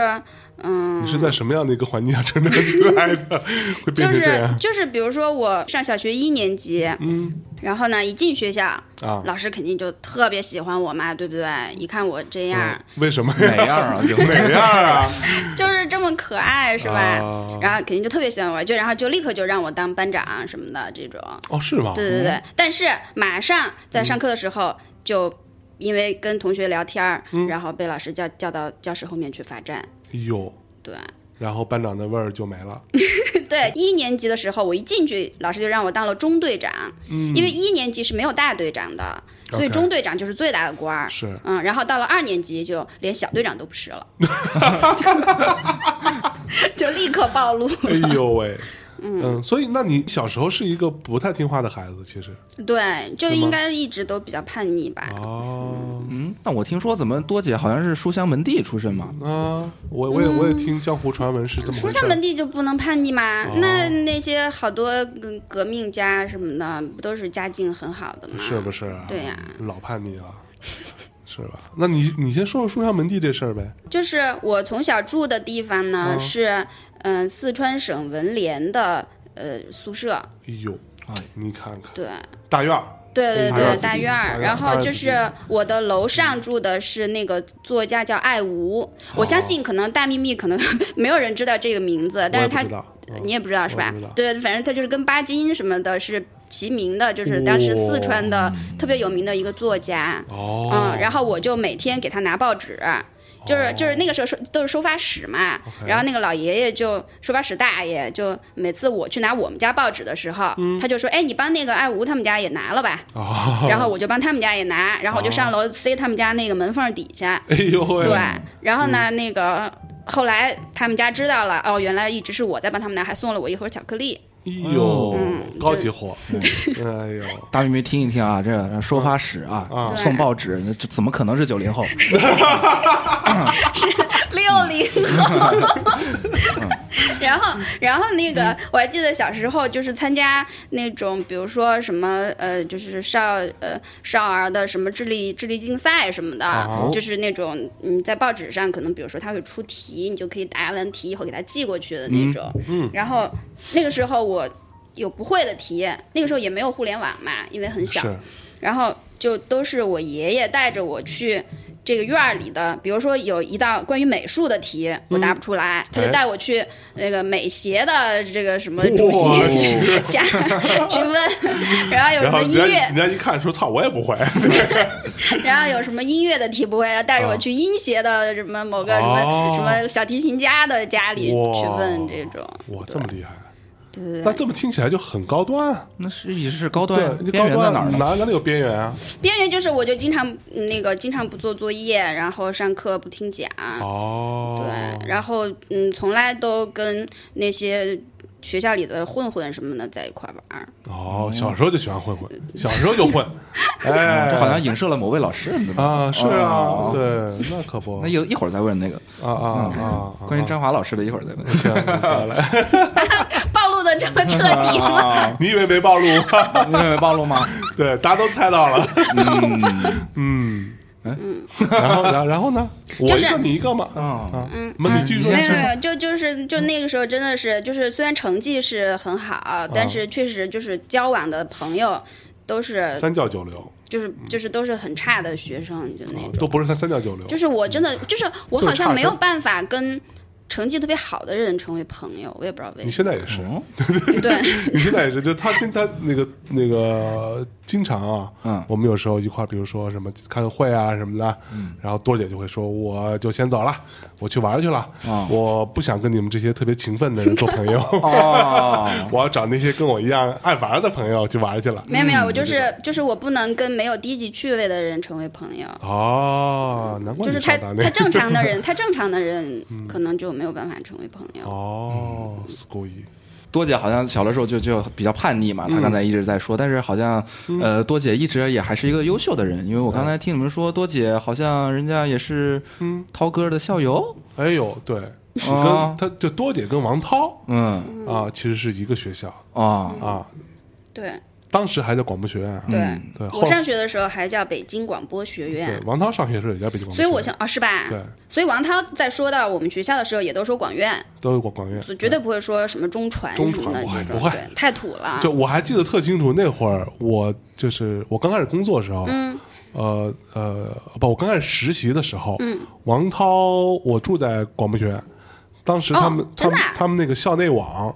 Speaker 2: 嗯
Speaker 3: 你。是在什么样的一个环境下成长起来的？ 会变成
Speaker 2: 就
Speaker 3: 这
Speaker 2: 是
Speaker 3: 样
Speaker 2: 就是，比如说我上小学一年级，
Speaker 3: 啊嗯，
Speaker 2: 然后呢一进学校，
Speaker 3: 啊？
Speaker 2: 老师肯定就特别喜欢我嘛，对不对？一看我这样，
Speaker 3: 嗯为什么
Speaker 4: 哪
Speaker 3: 呀？
Speaker 4: 样 啊？就
Speaker 3: 哪样啊？
Speaker 2: 就是这么可爱，是吧？
Speaker 3: 啊
Speaker 2: 然后肯定就特别喜欢我，就然后就立刻就让我当班长什么的这种。
Speaker 3: 哦，嗯是吗？
Speaker 2: 对对对，但是马上在上课的时候就。因为跟同学聊天儿，
Speaker 3: 嗯
Speaker 2: 然后被老师叫叫到教室后面去罚站。
Speaker 3: 哟，
Speaker 2: 对
Speaker 3: 然后班长的味儿就没 了。
Speaker 2: 对，一年级的时候我一进去，老师就让我当了中队长，因为一年级是没有大队长的，所以
Speaker 3: 嗯 OK
Speaker 2: 中队长就是最大的官儿。
Speaker 3: 是
Speaker 2: 嗯，然后到了二年级就连小队长都不 是了，就立刻暴露。
Speaker 3: 哎呦喂，嗯，所以那你小时候是一个不太听话的孩子，其实
Speaker 2: 对，就应该一直都比较叛逆吧。
Speaker 3: 哦。
Speaker 4: 嗯，那我听说怎么多姐好像是书香门第出身嘛？
Speaker 3: 啊，我我也我也听江湖传闻是这么
Speaker 2: 嗯书
Speaker 3: 回事哦
Speaker 2: 香
Speaker 3: 儿。
Speaker 2: 门第就不能叛逆吗？那那些好多嗯革命家什么的，不都是家境很好的吗？
Speaker 3: 是不是啊？
Speaker 2: 对呀
Speaker 3: 老叛逆了，是吧？那你你先说说书香门第这事儿呗。
Speaker 2: 就是我从小住的地方呢、
Speaker 3: 嗯
Speaker 2: 是嗯、呃四川省文联的呃宿舍，
Speaker 3: 哎呦，
Speaker 4: 哎
Speaker 3: 你看看
Speaker 2: 对。
Speaker 3: 大院儿，
Speaker 2: 对对
Speaker 3: 大院
Speaker 2: 对，
Speaker 3: 子弟
Speaker 2: 大院
Speaker 3: 大
Speaker 2: 儿，
Speaker 3: 院大
Speaker 2: 然后
Speaker 3: 院
Speaker 2: 就
Speaker 3: 子弟
Speaker 2: 是我的楼上住的是那个作家叫艾
Speaker 3: 哦
Speaker 2: 吾，我相信可能大秘密可能 没有人知道这个名字，
Speaker 3: 我
Speaker 2: 但
Speaker 3: 也
Speaker 2: 是
Speaker 3: 不
Speaker 2: 他
Speaker 3: 知道，嗯
Speaker 2: 你也不知道是
Speaker 3: 我
Speaker 2: 吧
Speaker 3: 不知道？
Speaker 2: 对，反正他就是跟巴金什么的是齐名的，就是当时四川的特别有名的一个作家。
Speaker 3: 哦，
Speaker 2: 嗯，然后我就每天给他拿报纸，就是就是那个时候收都是收发室嘛，然后那个老爷爷就收发室大爷就每次我去拿我们家报纸的时候，他就说：“哎，你帮那个爱吴他们家也拿了吧。”
Speaker 3: 嗯哦，
Speaker 2: 然后我就帮他们家也拿，然后我就上楼塞他们家那个门缝底下。
Speaker 3: 哎呦喂，
Speaker 2: 对，然后
Speaker 3: 嗯
Speaker 2: 呢，那个后来他们家知道了，哦，原来一直是我在帮他们拿，还送了我一盒巧克力。
Speaker 3: 哎呦，
Speaker 2: 嗯
Speaker 3: 高级货，哎呦，
Speaker 4: 大咪咪听一听啊，这收发室啊，
Speaker 3: 啊
Speaker 4: 送报纸，那这怎么可能是九零后？
Speaker 2: 六零后。 然后，然后那个，我还记得小时候就是参加那种，比如说什么呃，就是少呃少儿的什么智力智力竞赛什么的，
Speaker 3: 哦
Speaker 2: 就是那种嗯，在报纸上可能比如说他会出题，你就可以答完题以后给他寄过去的那种。然后那个时候我有不会的题，那个时候也没有互联网嘛，因为很小。
Speaker 3: 是
Speaker 2: 然后就都是我爷爷带着我去这个院儿里的，比如说有一道关于美术的题，
Speaker 3: 嗯
Speaker 2: 我答不出来，
Speaker 3: 哎
Speaker 2: 他就带我去那个美协的这个什么主
Speaker 3: 哇
Speaker 2: 席 去家去问，然后有什
Speaker 3: 然后
Speaker 2: 么
Speaker 3: 人
Speaker 2: 音
Speaker 3: 家
Speaker 2: 乐
Speaker 3: 人，家一看说操，我也不会，
Speaker 2: 然后有什么音乐的题不会，带着我去音协的什么某个什么、
Speaker 3: 哦
Speaker 2: 什么小提琴家的家里
Speaker 3: 哇
Speaker 2: 去问这种，
Speaker 3: 哇，这么厉害，
Speaker 2: 对对
Speaker 3: 那
Speaker 2: 对，
Speaker 3: 这么听起来就很高端啊，
Speaker 4: 那是也是高
Speaker 3: 对
Speaker 4: 端，，
Speaker 3: 就
Speaker 4: 边
Speaker 3: 高
Speaker 4: 缘在
Speaker 3: 端
Speaker 4: 哪儿呢？
Speaker 3: 哪哪里有边缘啊？
Speaker 2: 边缘就是我就经常嗯那个经常不做作业，然后上课不听讲，
Speaker 3: 哦，
Speaker 2: 对，然后嗯从来都跟那些。学校里的混混什么的在一块玩儿，
Speaker 3: 哦，小时候就喜欢混混，小时候就 混，哎，
Speaker 4: 嗯这好像影射了某位老师，你知道吗
Speaker 3: 啊，是啊
Speaker 4: 哦，
Speaker 3: 对，那可不
Speaker 4: 那，一一会儿再问那个嗯
Speaker 3: 啊啊啊啊，
Speaker 4: 关于张华老师的，一会儿再问。
Speaker 3: 行得嘞
Speaker 2: 暴露的这么彻底吗？
Speaker 4: 啊，
Speaker 3: 你以为没暴露？
Speaker 4: 你认为暴露吗？
Speaker 3: 对，大家都猜到 了，嗯
Speaker 4: 哎
Speaker 3: 嗯，然后然后然后呢？我
Speaker 2: 就
Speaker 3: 一
Speaker 2: 是嗯
Speaker 3: 个你一个嘛，
Speaker 4: 啊
Speaker 3: 啊，那你继续说
Speaker 2: 没有没有没有，就就是就那个时候真的是，就是虽然成绩是很
Speaker 3: 哦
Speaker 2: 好，但是确实就是交往的朋友都是
Speaker 3: 三教九流，
Speaker 2: 就是就是都是很差的学生，就那种。
Speaker 3: 都不是三三教九流
Speaker 2: 就，是我真的就是我
Speaker 3: 哦就是
Speaker 2: 好
Speaker 3: 差
Speaker 2: 像没有
Speaker 3: 生
Speaker 2: 办法跟成绩特别好的人成为朋友，我也不知道为
Speaker 3: 你
Speaker 2: 什
Speaker 3: 现在也是，
Speaker 4: 嗯
Speaker 2: 么。对，
Speaker 3: 你现在也是，就他经他那个那个经常啊，
Speaker 4: 嗯
Speaker 3: 我们有时候一块儿，比如说什么开个会啊什么的，然后多姐就会说，我就先走了，我去玩儿去了，
Speaker 4: 啊
Speaker 3: 我不想跟你们这些特别勤奋的人做 朋友，
Speaker 4: 哦，
Speaker 3: 我要找那些跟我一样爱玩儿的朋友去玩儿去了。
Speaker 2: 没有没有，我就是就是我不能跟没有低级趣味的人成为朋友。
Speaker 3: 哦，难怪
Speaker 2: 就
Speaker 3: 你
Speaker 2: 是他
Speaker 3: 上达那个
Speaker 2: 他
Speaker 3: 嗯
Speaker 2: 正常的人，他正常的人可能就没有办法成为朋友。
Speaker 3: 哦，s c o o 一
Speaker 4: 多姐好像小的时候就就比较叛逆嘛，她刚才一直在说，但是好像呃，多姐一直也还是一个优秀的人，因为我刚才听你们说，多姐好像人家也是涛哥的校友，
Speaker 3: 哎呦，对，你跟、
Speaker 4: 哦
Speaker 3: 他就多姐跟王涛
Speaker 4: 嗯
Speaker 3: 啊，其实是一个学校
Speaker 4: 哦，
Speaker 3: 啊，
Speaker 2: 对
Speaker 3: 当时还在广播学院，啊
Speaker 2: 对，
Speaker 3: 嗯对，后
Speaker 2: 我上学的时候还叫北京广播学
Speaker 3: 对
Speaker 2: 院，
Speaker 3: 王涛上学的时候也在北京广播学
Speaker 2: 所以
Speaker 3: 院，
Speaker 2: 我想啊是吧？
Speaker 3: 对，
Speaker 2: 所以王涛在说到我们学校的时候，也都说广院，
Speaker 3: 都有广广院。
Speaker 2: 所以绝对不会说什么中传什
Speaker 3: 中
Speaker 2: 么
Speaker 3: 传
Speaker 2: 的
Speaker 3: 不会
Speaker 2: 这种，
Speaker 3: 不会
Speaker 2: 对，太土了。
Speaker 3: 就我还记得特清楚，那会儿我就是我刚开始工作的时候，嗯，呃呃，不，我刚开始实习的时候，嗯，王涛，我住在广播学院，当时他们、
Speaker 2: 哦
Speaker 3: 他
Speaker 2: 真的
Speaker 3: 们
Speaker 2: 啊
Speaker 3: 他们那个校内网，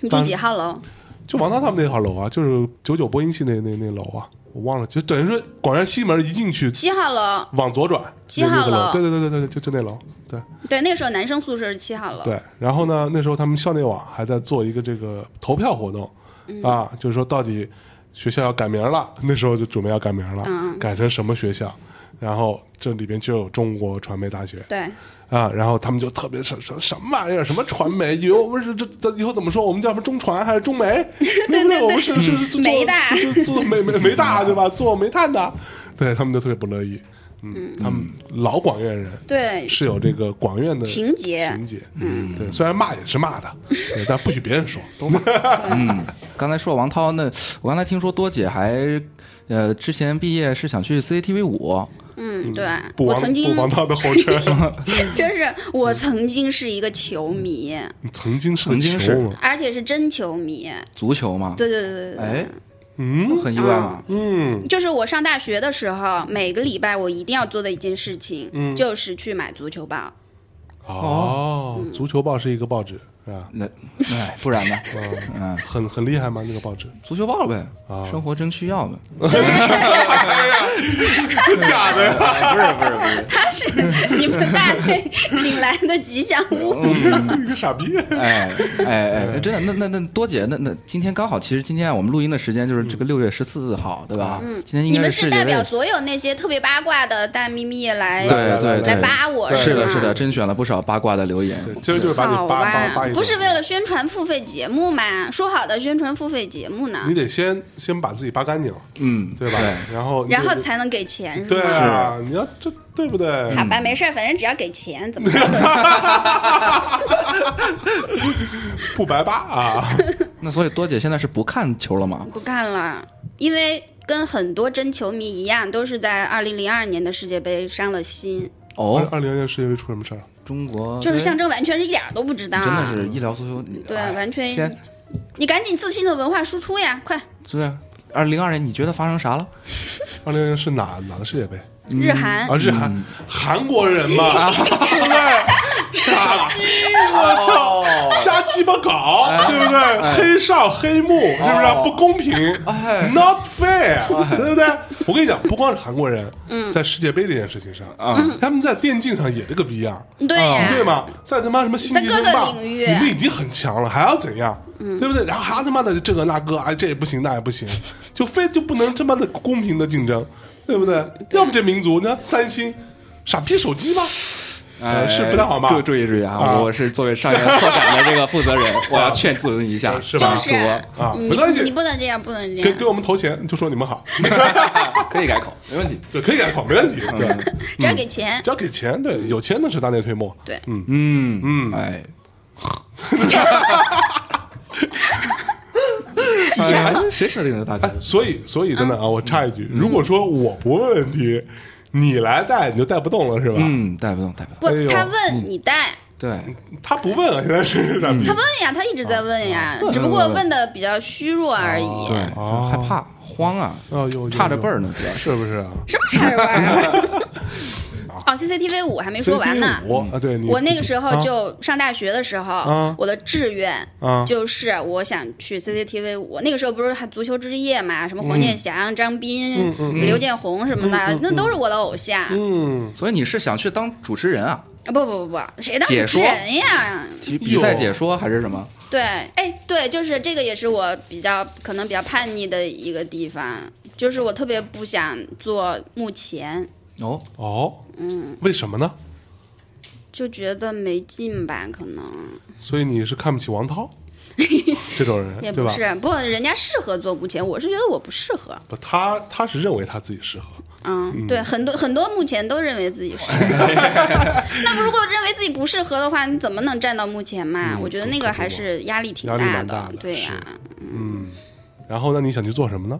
Speaker 2: 你住
Speaker 3: 当
Speaker 2: 几号楼？
Speaker 3: 就王涛他们那号楼啊，就是九九播音系那那那楼啊，我忘了，就等于说广院西门一进去
Speaker 2: 七号楼。
Speaker 3: 往左转，
Speaker 2: 七号
Speaker 3: 那那个楼，
Speaker 2: 楼
Speaker 3: 对对对对对，就就那楼，对
Speaker 2: 对，那时候男生宿舍是七号楼。
Speaker 3: 对。然后
Speaker 2: 嗯
Speaker 3: 呢，那时候他们校内网还在做一个这个投票活动、
Speaker 2: 嗯
Speaker 3: 啊，就是说到底学校要改名了，那时候就准备要改名了，
Speaker 2: 嗯
Speaker 3: 改成什么学校？然后这里边就有中国传媒大学，
Speaker 2: 对
Speaker 3: 啊，然后他们就特别什什什么玩意儿，什么传媒，以后我们是这这以后怎么说？我们叫什么中传还是中 媒？对
Speaker 2: 对嗯
Speaker 3: 我们是是是做
Speaker 2: 煤大
Speaker 3: 就是做煤煤煤大对吧？做煤炭的，对他们就特别不乐意。嗯，他们老广院人
Speaker 2: 对
Speaker 3: 是有这个广院的
Speaker 2: 情节
Speaker 3: 情节。嗯，对，虽然骂也是骂的，对但不许别人说。
Speaker 4: 刚才说王涛，那我刚才听说多姐还呃之前毕业是想去 CCTV 五，
Speaker 2: 嗯，对，
Speaker 3: 不
Speaker 2: 我
Speaker 3: 王
Speaker 2: 曾经
Speaker 3: 不王道的后尘，
Speaker 2: 真是我曾经是一个球迷，
Speaker 3: 你曾经是个
Speaker 4: 曾经
Speaker 3: 球
Speaker 4: 是
Speaker 3: 吗
Speaker 2: 而且是真球迷。
Speaker 4: 足球嘛，
Speaker 2: 对对对对对，
Speaker 4: 哎，
Speaker 3: 嗯
Speaker 4: 很意外嘛，
Speaker 3: 嗯，
Speaker 2: 就是我上大学的时候，每个礼拜我一定要做的一件事情，
Speaker 3: 嗯
Speaker 2: 就是去买足球报。
Speaker 3: 哦，足球报是一个报纸是吧？
Speaker 4: 那哎不然呢？嗯，
Speaker 3: 很很厉害吗？那个报纸？
Speaker 4: 足球报呗
Speaker 3: 啊，
Speaker 4: 生活真需要 呗，
Speaker 3: 假的呀？
Speaker 4: 哎不是不是不是，
Speaker 2: 他是你们大内请来的吉祥
Speaker 4: 嗯
Speaker 2: 物。
Speaker 3: 你个傻逼！
Speaker 4: 哎哎哎，真的，那那那多姐，那那今天刚好，其实今天我们录音的时间就是这个六月十四号，对吧？嗯，今天应
Speaker 2: 你
Speaker 4: 该
Speaker 2: 们
Speaker 4: 世界
Speaker 2: 是代
Speaker 4: 杯
Speaker 2: 表。啊所有那些特别八卦的大咪咪来
Speaker 4: 对对对
Speaker 2: 来扒我，
Speaker 4: 是的，
Speaker 2: 吗
Speaker 4: 是的，，甄选了不少八卦的留言。
Speaker 3: 今儿就是把你
Speaker 2: 好
Speaker 3: 扒扒扒
Speaker 2: 吧
Speaker 3: 一，顿
Speaker 2: 不是为了宣传付费节目嘛？说好的宣传付费节目呢
Speaker 3: 你，得先先把自己扒干净，
Speaker 4: 嗯，
Speaker 3: 对吧？然后你
Speaker 2: 然后
Speaker 3: 得
Speaker 2: 才能嗯给钱是
Speaker 3: 对
Speaker 2: 吗？
Speaker 3: 啊，你要这对不对？
Speaker 2: 好吧，没事儿，反正只要给钱，怎么着？
Speaker 3: 不白扒啊！
Speaker 4: 那所以多姐现在是不看球了吗？
Speaker 2: 不干了，因为跟很多真球迷一样，都是在二零零二年的世界杯伤了心，
Speaker 4: 哦，
Speaker 3: 二零年世界杯出什么事儿了？
Speaker 4: 中国
Speaker 2: 就是象征完全是一点儿都不知道，啊
Speaker 4: 真的是医疗足球，
Speaker 2: 对，
Speaker 4: 哎
Speaker 2: 完全
Speaker 4: 天，，
Speaker 2: 你赶紧自信的文化输出呀，快！
Speaker 4: 对，二零二年你觉得发生啥了？
Speaker 3: 二零年是哪哪个世界杯？
Speaker 4: 嗯
Speaker 2: 日韩
Speaker 3: 啊，日韩韩国人嘛，对不对？傻逼，我操，瞎鸡巴搞，对不对？黑哨黑幕，是不是不公平？Not fair，对不对？我跟你讲，不光是韩国人，在世界杯这件事情上啊，他们在电竞上也这个逼样，
Speaker 2: 对呀
Speaker 3: 啊对吗？在他妈什么星际
Speaker 2: 哎在各
Speaker 3: 争
Speaker 2: 个
Speaker 3: 霸，
Speaker 2: 领域嗯
Speaker 3: 你们已经很强了，还要怎样？对不对？然后还要他妈的这个那个，哎，这也不行，那也不行，就非就不能他妈的公平的竞争，对不对？
Speaker 2: 嗯
Speaker 3: 要么这民族，你看三星，傻逼手机吗？
Speaker 4: 哎，
Speaker 3: 是不太好吧
Speaker 4: 注注意注意
Speaker 3: 啊
Speaker 4: 啊！我是作为商业拓展的这个负责人，我要劝阻你一下，
Speaker 3: 是吧
Speaker 2: 就是
Speaker 3: 多啊
Speaker 2: 你
Speaker 3: 没关系
Speaker 2: 你不能这样，不能这
Speaker 3: 给
Speaker 2: 样
Speaker 3: 给。我们投钱，就说你们好，
Speaker 4: 可以改口，没问题。
Speaker 3: 对，可以改口，没问 题，对，嗯
Speaker 2: 只要给钱
Speaker 3: 只，要给钱，对，有钱那是大内推磨，
Speaker 2: 对
Speaker 3: 嗯，
Speaker 4: 嗯嗯，哎，
Speaker 3: 其实还
Speaker 4: 谁设定的大
Speaker 3: 哎，所以所以真
Speaker 2: 嗯
Speaker 3: 的啊，我插一句，如果说我不问问题，你来带你就带不动了是吧？
Speaker 4: 嗯，带不动，带不动。
Speaker 2: 不
Speaker 3: 哎呦，
Speaker 2: 他问你带，
Speaker 4: 对，
Speaker 3: 他不问啊，现在是傻逼
Speaker 2: 他问呀，他一直在
Speaker 3: 啊
Speaker 2: 问呀，只不过问的比较虚弱而已。
Speaker 4: 对，
Speaker 3: 哦
Speaker 4: 哎害怕、慌啊
Speaker 3: 哦有有，
Speaker 4: 差着辈儿呢，主要是。
Speaker 3: 是不是啊？
Speaker 2: 什么事儿玩意儿？哦，CCTV 五还没说完呢。嗯
Speaker 3: 我啊，对你，
Speaker 2: 我那个时
Speaker 3: 啊
Speaker 2: 候就上大学的时候，
Speaker 3: 啊
Speaker 2: 我的志愿
Speaker 3: 啊
Speaker 2: 就是我想去 CCTV 五。那个时候不是还足球之夜嘛，什么黄
Speaker 3: 嗯
Speaker 2: 健翔、张斌、刘建宏什么的，那都是我的偶像。
Speaker 3: 嗯，
Speaker 4: 所以你是想去当主持人啊？
Speaker 2: 啊不不不不，谁当主
Speaker 4: 解
Speaker 2: 持
Speaker 4: 说
Speaker 2: 人呀？
Speaker 4: 比比赛解说还是什么？
Speaker 2: 对，哎，对，就是这个也是我比较可能比较叛逆的一个地方，就是我特别不想做幕前，
Speaker 4: 哦，
Speaker 3: 哦，嗯，为什么呢？
Speaker 2: 就觉得没劲吧，可能
Speaker 3: 所以你是看不起王 涛这种人，
Speaker 2: 也
Speaker 3: 对
Speaker 2: 不
Speaker 3: 吧？
Speaker 2: 是，不过人家适合做幕前，我是觉得我不适合。
Speaker 3: 不，他他是认为他自己适合，
Speaker 2: 嗯，对，很多很多幕前都认为自己适合， 那如果认为自己不适合的话，你怎么能站到幕前
Speaker 3: 嗯
Speaker 2: 嘛？我觉得那个还是压力挺
Speaker 3: 压力蛮
Speaker 2: 的，
Speaker 3: 大的
Speaker 2: 对啊呀、
Speaker 3: 然后那你想去做什么呢？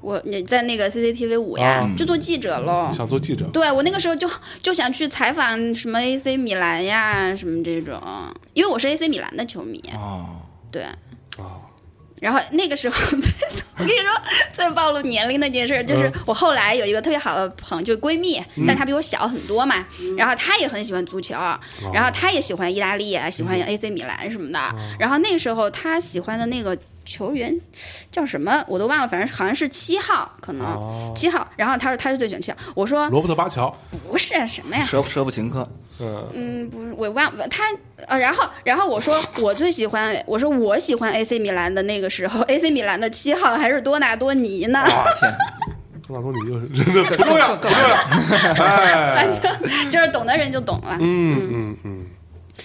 Speaker 2: 我你在那个 CCTV 五呀，
Speaker 3: 啊
Speaker 2: 就做记者喽。
Speaker 3: 想做记者，
Speaker 2: 嗯对我那个时候就就想去采访什么 AC 米兰呀，什么这种，因为我是 AC 米兰的球迷，
Speaker 4: 哦，
Speaker 2: 对。
Speaker 3: 哦
Speaker 2: 然后那个时候， 对，我跟你说最暴露年龄那件事，就是
Speaker 3: 嗯
Speaker 2: 我后来有一个特别好的朋友，就是闺蜜，但她比我小很多嘛。
Speaker 3: 嗯
Speaker 2: 然后她也很喜欢足球，
Speaker 3: 哦
Speaker 2: 然后她也喜欢意大利，
Speaker 3: 嗯
Speaker 2: 喜欢 AC 米兰什么的。
Speaker 3: 哦
Speaker 2: 然后那个时候她喜欢的那个球员叫什么我都忘了，反正好像是七号，可
Speaker 3: 哦
Speaker 2: 能七号。然后她说她是最喜欢七号，我说
Speaker 3: 罗伯特巴乔，
Speaker 2: 不是啊什哎么呀，
Speaker 4: 舍舍不琴科，
Speaker 3: 嗯，
Speaker 2: 嗯，不是，我忘了他呃，然后然后我说我最喜欢，我说我喜欢 AC 米兰的那个时候，AC 米兰的七号还是多纳多尼呢。
Speaker 3: 多纳多尼又是 不重要， 不重要，哎，
Speaker 2: 就是懂的人就懂了。
Speaker 3: 嗯嗯嗯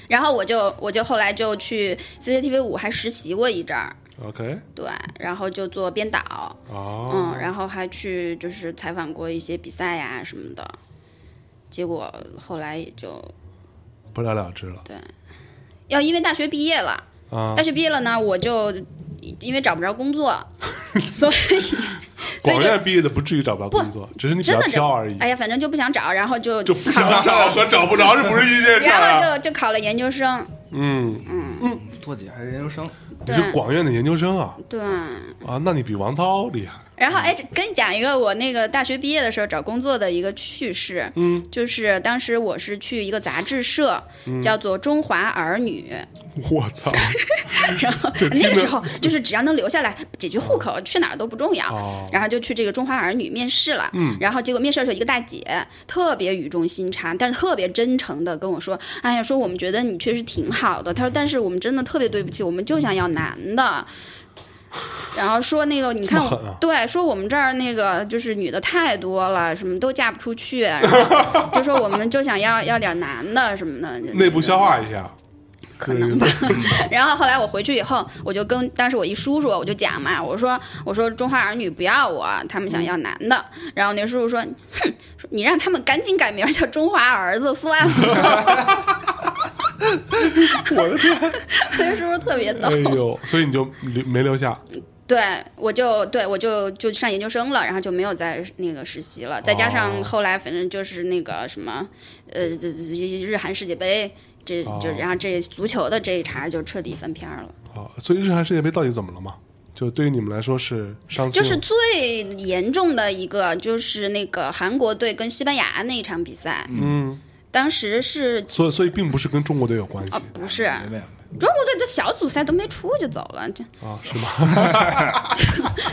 Speaker 2: 然后我就我就后来就去 CCTV 五还实习过一阵儿，
Speaker 3: ，OK，
Speaker 2: 对，然后就做编导，
Speaker 3: 哦，
Speaker 2: 嗯，然后还去就是采访过一些比赛呀、什么的，结果后来也就
Speaker 3: 不了了之了
Speaker 2: 要因为大学毕业了，
Speaker 3: 啊
Speaker 2: 大，学毕业了呢，我就因为找不着 工作，所以。所以
Speaker 3: 广
Speaker 2: 就
Speaker 3: 院毕业的不至于找不着工作，只是你比
Speaker 2: 真
Speaker 3: 较
Speaker 2: 的
Speaker 3: 挑而已
Speaker 2: 是，哎呀，反正就不想找，然后就
Speaker 3: 就不想找和找不着这不是一件事儿
Speaker 2: 然
Speaker 3: 啊，
Speaker 2: 后就就考了研究生，
Speaker 3: 嗯，
Speaker 4: 多姐还是研究生，
Speaker 3: 你
Speaker 2: 对
Speaker 3: 是广院的研究生啊，
Speaker 2: 对。
Speaker 3: 啊，那你比王涛厉害，
Speaker 2: 然后哎，这跟你讲一个我那个大学毕业的时候找工作的一个趣事，
Speaker 3: 嗯，
Speaker 2: 就是当时我是去一个杂志社，叫做《中华儿女
Speaker 3: 我操，》，
Speaker 2: 然后 那个时候就是只要能留下来解决户口，去哪儿都不重要，
Speaker 3: 哦
Speaker 2: 然后就去这个《中华儿女》面试了，嗯，然后结果面试的时候一个大姐特别语重心长，但是特别真诚的跟我说，哎呀，说我们觉得你确实挺好的，她说但是我们真的特别对不起，我们就想要男的。然后说那个，你看我，
Speaker 3: 这么狠啊
Speaker 2: 对，说我们这儿那个就是女的太多了，什么都嫁不出去，然后 就说我们就想要要点男的什么的，
Speaker 3: 内部消化一下，
Speaker 2: 可能吧。然后后来我回去以后，我就跟当时我一叔叔，我就讲嘛，我说我说中华儿女不要我，他们想要男的。然后那叔叔说，哼，说你让他们赶紧改名儿叫中华儿子算了。
Speaker 3: 我的天，
Speaker 2: 那叔叔特别逗
Speaker 3: 哎。呦，所以你就留没留下，
Speaker 2: 对，我就对我就就上研究生了，然后就没有在那个实习了。再加上后来反正就是那个什么，呃，这这日韩世界杯，这就
Speaker 3: 哦
Speaker 2: 然后这足球的这一茬就彻底翻篇儿了。
Speaker 3: 啊，所以日韩世界杯到底怎么了嘛？就对于你们来说是伤心
Speaker 2: 就
Speaker 3: 吗，
Speaker 2: 是最严重的一个，就是那个韩国队跟西班牙那一场比赛，
Speaker 3: 嗯，
Speaker 2: 当时是
Speaker 3: 所以所以并不是跟中国队有关系
Speaker 2: 啊，不是
Speaker 4: 没没有，
Speaker 2: 中国队这小组赛都没出就走了，就
Speaker 3: 啊，是吗？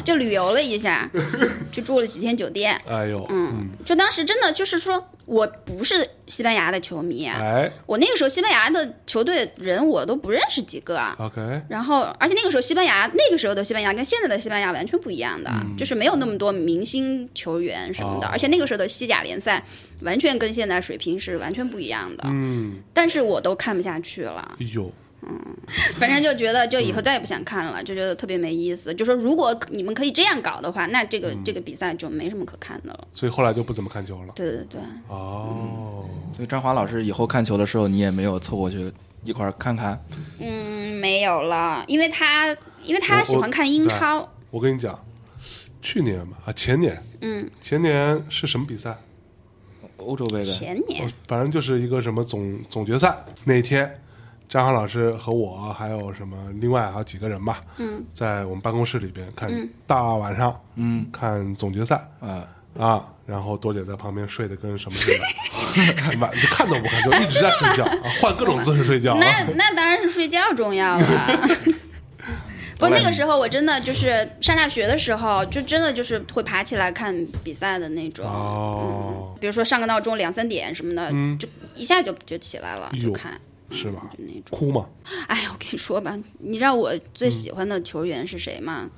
Speaker 2: 就旅游了一下， 就住了几天酒店。
Speaker 3: 哎呦，嗯，
Speaker 2: 就当时真的就是说，我不是西班牙的球迷，
Speaker 3: 哎
Speaker 2: 我那个时候西班牙的球队人我都不认识几个。
Speaker 3: ，OK，
Speaker 2: 然后，而且那个时候西班牙，那个时候的西班牙跟现在的西班牙完全不一样的，就是没有那么多明星球员什么的，
Speaker 3: 嗯哦
Speaker 2: 而且那个时候的西甲联赛完全跟现在水平是完全不一样的。
Speaker 3: 嗯，
Speaker 2: 但是我都看不下去了，
Speaker 3: 哎呦，
Speaker 2: 反正就觉得就以后再也不想看了，就觉得特别没意思。就说如果你们可以这样搞的话，那这
Speaker 3: 嗯
Speaker 2: 个、这个比赛就没什么可看的了。
Speaker 3: 所以后来就不怎么看球了。
Speaker 2: 对对对，
Speaker 3: 哦，
Speaker 4: 所以张华老师以后看球的时候，你也没有凑过去一块儿看看。
Speaker 2: 嗯，没有了，因为他因为他
Speaker 3: 我
Speaker 2: 喜欢看英
Speaker 3: 对
Speaker 2: 超，
Speaker 3: 我跟你讲，去年吧，啊，前年，
Speaker 2: 嗯，
Speaker 3: 前年是什么比赛？
Speaker 4: 欧洲杯呗，
Speaker 2: 前年
Speaker 3: 我哦反正就是一个什么总总决赛那天，张翰老师和我还有什么另外还有几个人吧，嗯，在我们办公室里边看大晚上，嗯，看总决赛
Speaker 4: 啊，
Speaker 3: 啊，然后多姐在旁边睡得跟什么似 的，晚就看都不看，就一直在睡觉，啊、换各种姿势睡觉啊，
Speaker 2: 那嗯那当然是睡觉重 要了。不，那个时候我真的就是上大学的时候，就真的就是会爬起来看比赛的那种。
Speaker 3: 哦，
Speaker 2: 比如说上个闹钟两三点什么的，
Speaker 3: 嗯
Speaker 2: 就一下就就起来了，
Speaker 3: 哎呦
Speaker 2: 就看。
Speaker 3: 是吧？
Speaker 2: 那种
Speaker 3: 哭吗？
Speaker 2: 哎，我跟你说吧，你知道我最喜欢的球员是谁吗？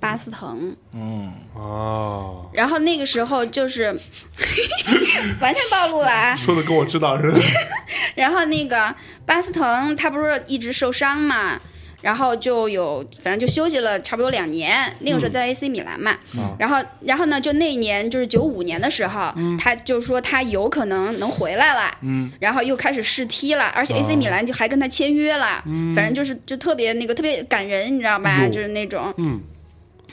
Speaker 2: 巴斯滕。
Speaker 4: 嗯，
Speaker 3: 哦，
Speaker 2: 然后那个时候就是 完全暴露了啊！
Speaker 3: 说的跟我知道似 的，
Speaker 2: 然后那个巴斯滕他不是一直受伤嘛，然后就有反正就休息了差不多两年，那个时候在 AC 米兰嘛，
Speaker 3: 嗯啊
Speaker 2: 然后然后呢，就那一年就是九五年的时候，
Speaker 3: 嗯
Speaker 2: 他就说他有可能能回来了，嗯，然后又开始试踢了，而且
Speaker 3: 啊
Speaker 2: AC 米兰就还跟他签约了，
Speaker 3: 嗯
Speaker 2: 反正就是就特别那个特别感人，你知道吧？
Speaker 3: 哎呦
Speaker 2: 就是那种，
Speaker 3: 嗯，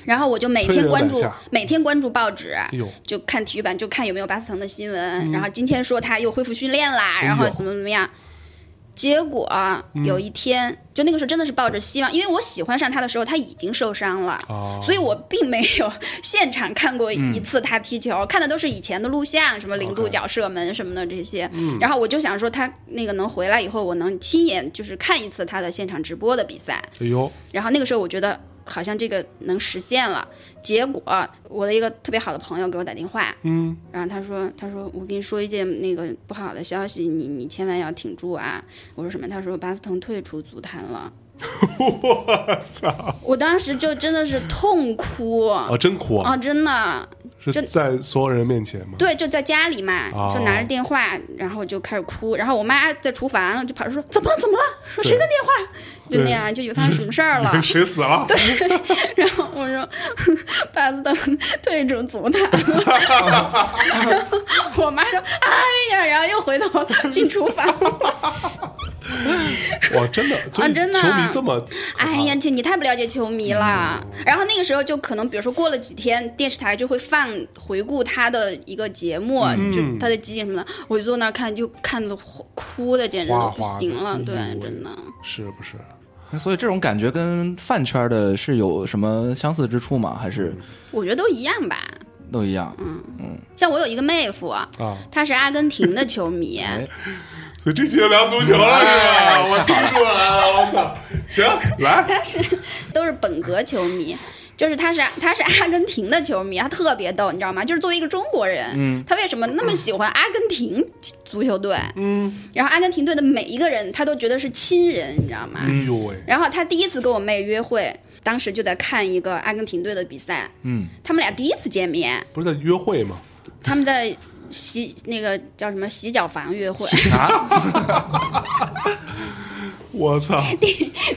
Speaker 2: 然后我就每
Speaker 3: 催
Speaker 2: 天
Speaker 3: 人
Speaker 2: 关
Speaker 3: 晚
Speaker 2: 注
Speaker 3: 下
Speaker 2: 每天关注报纸，
Speaker 3: 哎呦，
Speaker 2: 就看体育版，就看有没有巴斯滕的新闻。然后今天说他又恢复训练啦，然后怎么怎么样。结果啊有一天，就那个时候真的是抱着希望，因为我喜欢上他的时候他已经受伤了，
Speaker 3: 哦
Speaker 2: 所以我并没有现场看过一次他踢球，看的都是以前的录像，什么零度角射门什么的这些。然后我就想说，他那个能回来以后，我能亲眼就是看一次他的现场直播的比赛。
Speaker 3: 哎呦，
Speaker 2: 然后那个时候我觉得好像这个能实现了，结果我的一个特别好的朋友给我打电话，
Speaker 3: 嗯，
Speaker 2: 然后他说他说我跟你说一件那个不好的消息，你你千万要挺住啊！我说什么？他说巴斯滕退出足坛了，
Speaker 3: 我操，
Speaker 2: 我当时就真的是痛哭啊、
Speaker 3: 啊，真哭啊，
Speaker 2: 真的，
Speaker 3: 是
Speaker 2: 真
Speaker 3: 在所有人面前吗？
Speaker 2: 对，就在家里嘛，
Speaker 3: 哦。
Speaker 2: 就拿着电话，然后就开始哭，然后我妈在厨房就跑出说怎么了怎么了？说谁的电话？就那样，就以为发生什么事儿 了
Speaker 3: 谁死了？
Speaker 2: 然后我说巴斯登退出足坛了， 然后我妈说哎呀，然后又回头进厨房。
Speaker 3: 哇，真的，所以
Speaker 2: 啊真的
Speaker 3: 球迷这么，
Speaker 2: 哎呀，，这你太不了解球迷了。
Speaker 3: 嗯
Speaker 2: 然后那个时候就可能，比如说过了几天，电视台就会放回顾他的一个节目，
Speaker 3: 嗯
Speaker 2: 就他的集锦什么的，我就坐那儿看，就看的哭的简直
Speaker 3: 哗
Speaker 2: 都
Speaker 3: 哗
Speaker 2: 不行了，
Speaker 3: 的
Speaker 2: 对
Speaker 3: 哎呦，喂
Speaker 2: 真的。
Speaker 3: 是不是？
Speaker 4: 所以这种感觉跟饭圈的是有什么相似之处吗？还是
Speaker 2: 我觉得都一样吧。
Speaker 4: 都一样？
Speaker 2: 嗯像我有一个妹夫，
Speaker 3: 啊，
Speaker 2: 他是阿根廷的球迷，
Speaker 4: 哎，
Speaker 3: 所以这期就聊足球了，是吧？我听出来了，我操！行，来，
Speaker 2: 他是都是本格球迷，就是他是他是阿根廷的球迷，他特别逗，你知道吗？就是作为一个中国人，
Speaker 4: 嗯
Speaker 2: 他为什么那么喜欢阿根廷足球队？
Speaker 3: 嗯，
Speaker 2: 然后阿根廷队的每一个人，他都觉得是亲人，你知道吗？
Speaker 3: 哎呦喂，
Speaker 2: 然后他第一次跟我妹约会，当时就在看一个阿根廷队的比赛，
Speaker 4: 嗯，
Speaker 2: 他们俩第一次见面，
Speaker 3: 不是在约会吗？
Speaker 2: 他们在洗那个叫什么洗脚房约会，
Speaker 3: 我操！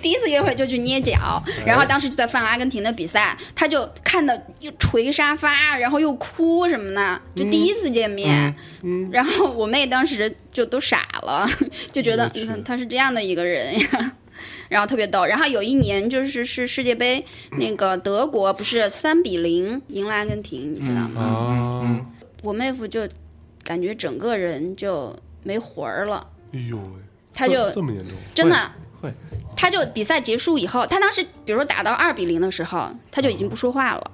Speaker 2: 第一次约会就去捏脚，然后当时就在放阿根廷的比赛，他就看的又捶沙发，然后又哭什么的，就第一次见面。然后我妹当时就都傻了， 就觉得
Speaker 3: 我去
Speaker 2: 嗯他是这样的一个人呀。 然后特别逗，然后有一年就是是世界杯，那个德国不是三比零赢了阿根廷，你知道吗？
Speaker 3: 啊，
Speaker 2: 我妹夫就感觉整个人就没魂儿了，
Speaker 3: 哎呦喂，
Speaker 2: 他
Speaker 3: 这
Speaker 2: 就
Speaker 4: 嗯
Speaker 3: 这么严重？
Speaker 2: 真的
Speaker 4: 会
Speaker 2: 他就比赛结束以后，他当时比如说打到二比零的时候，他就已经不说话
Speaker 4: 嗯
Speaker 2: 了，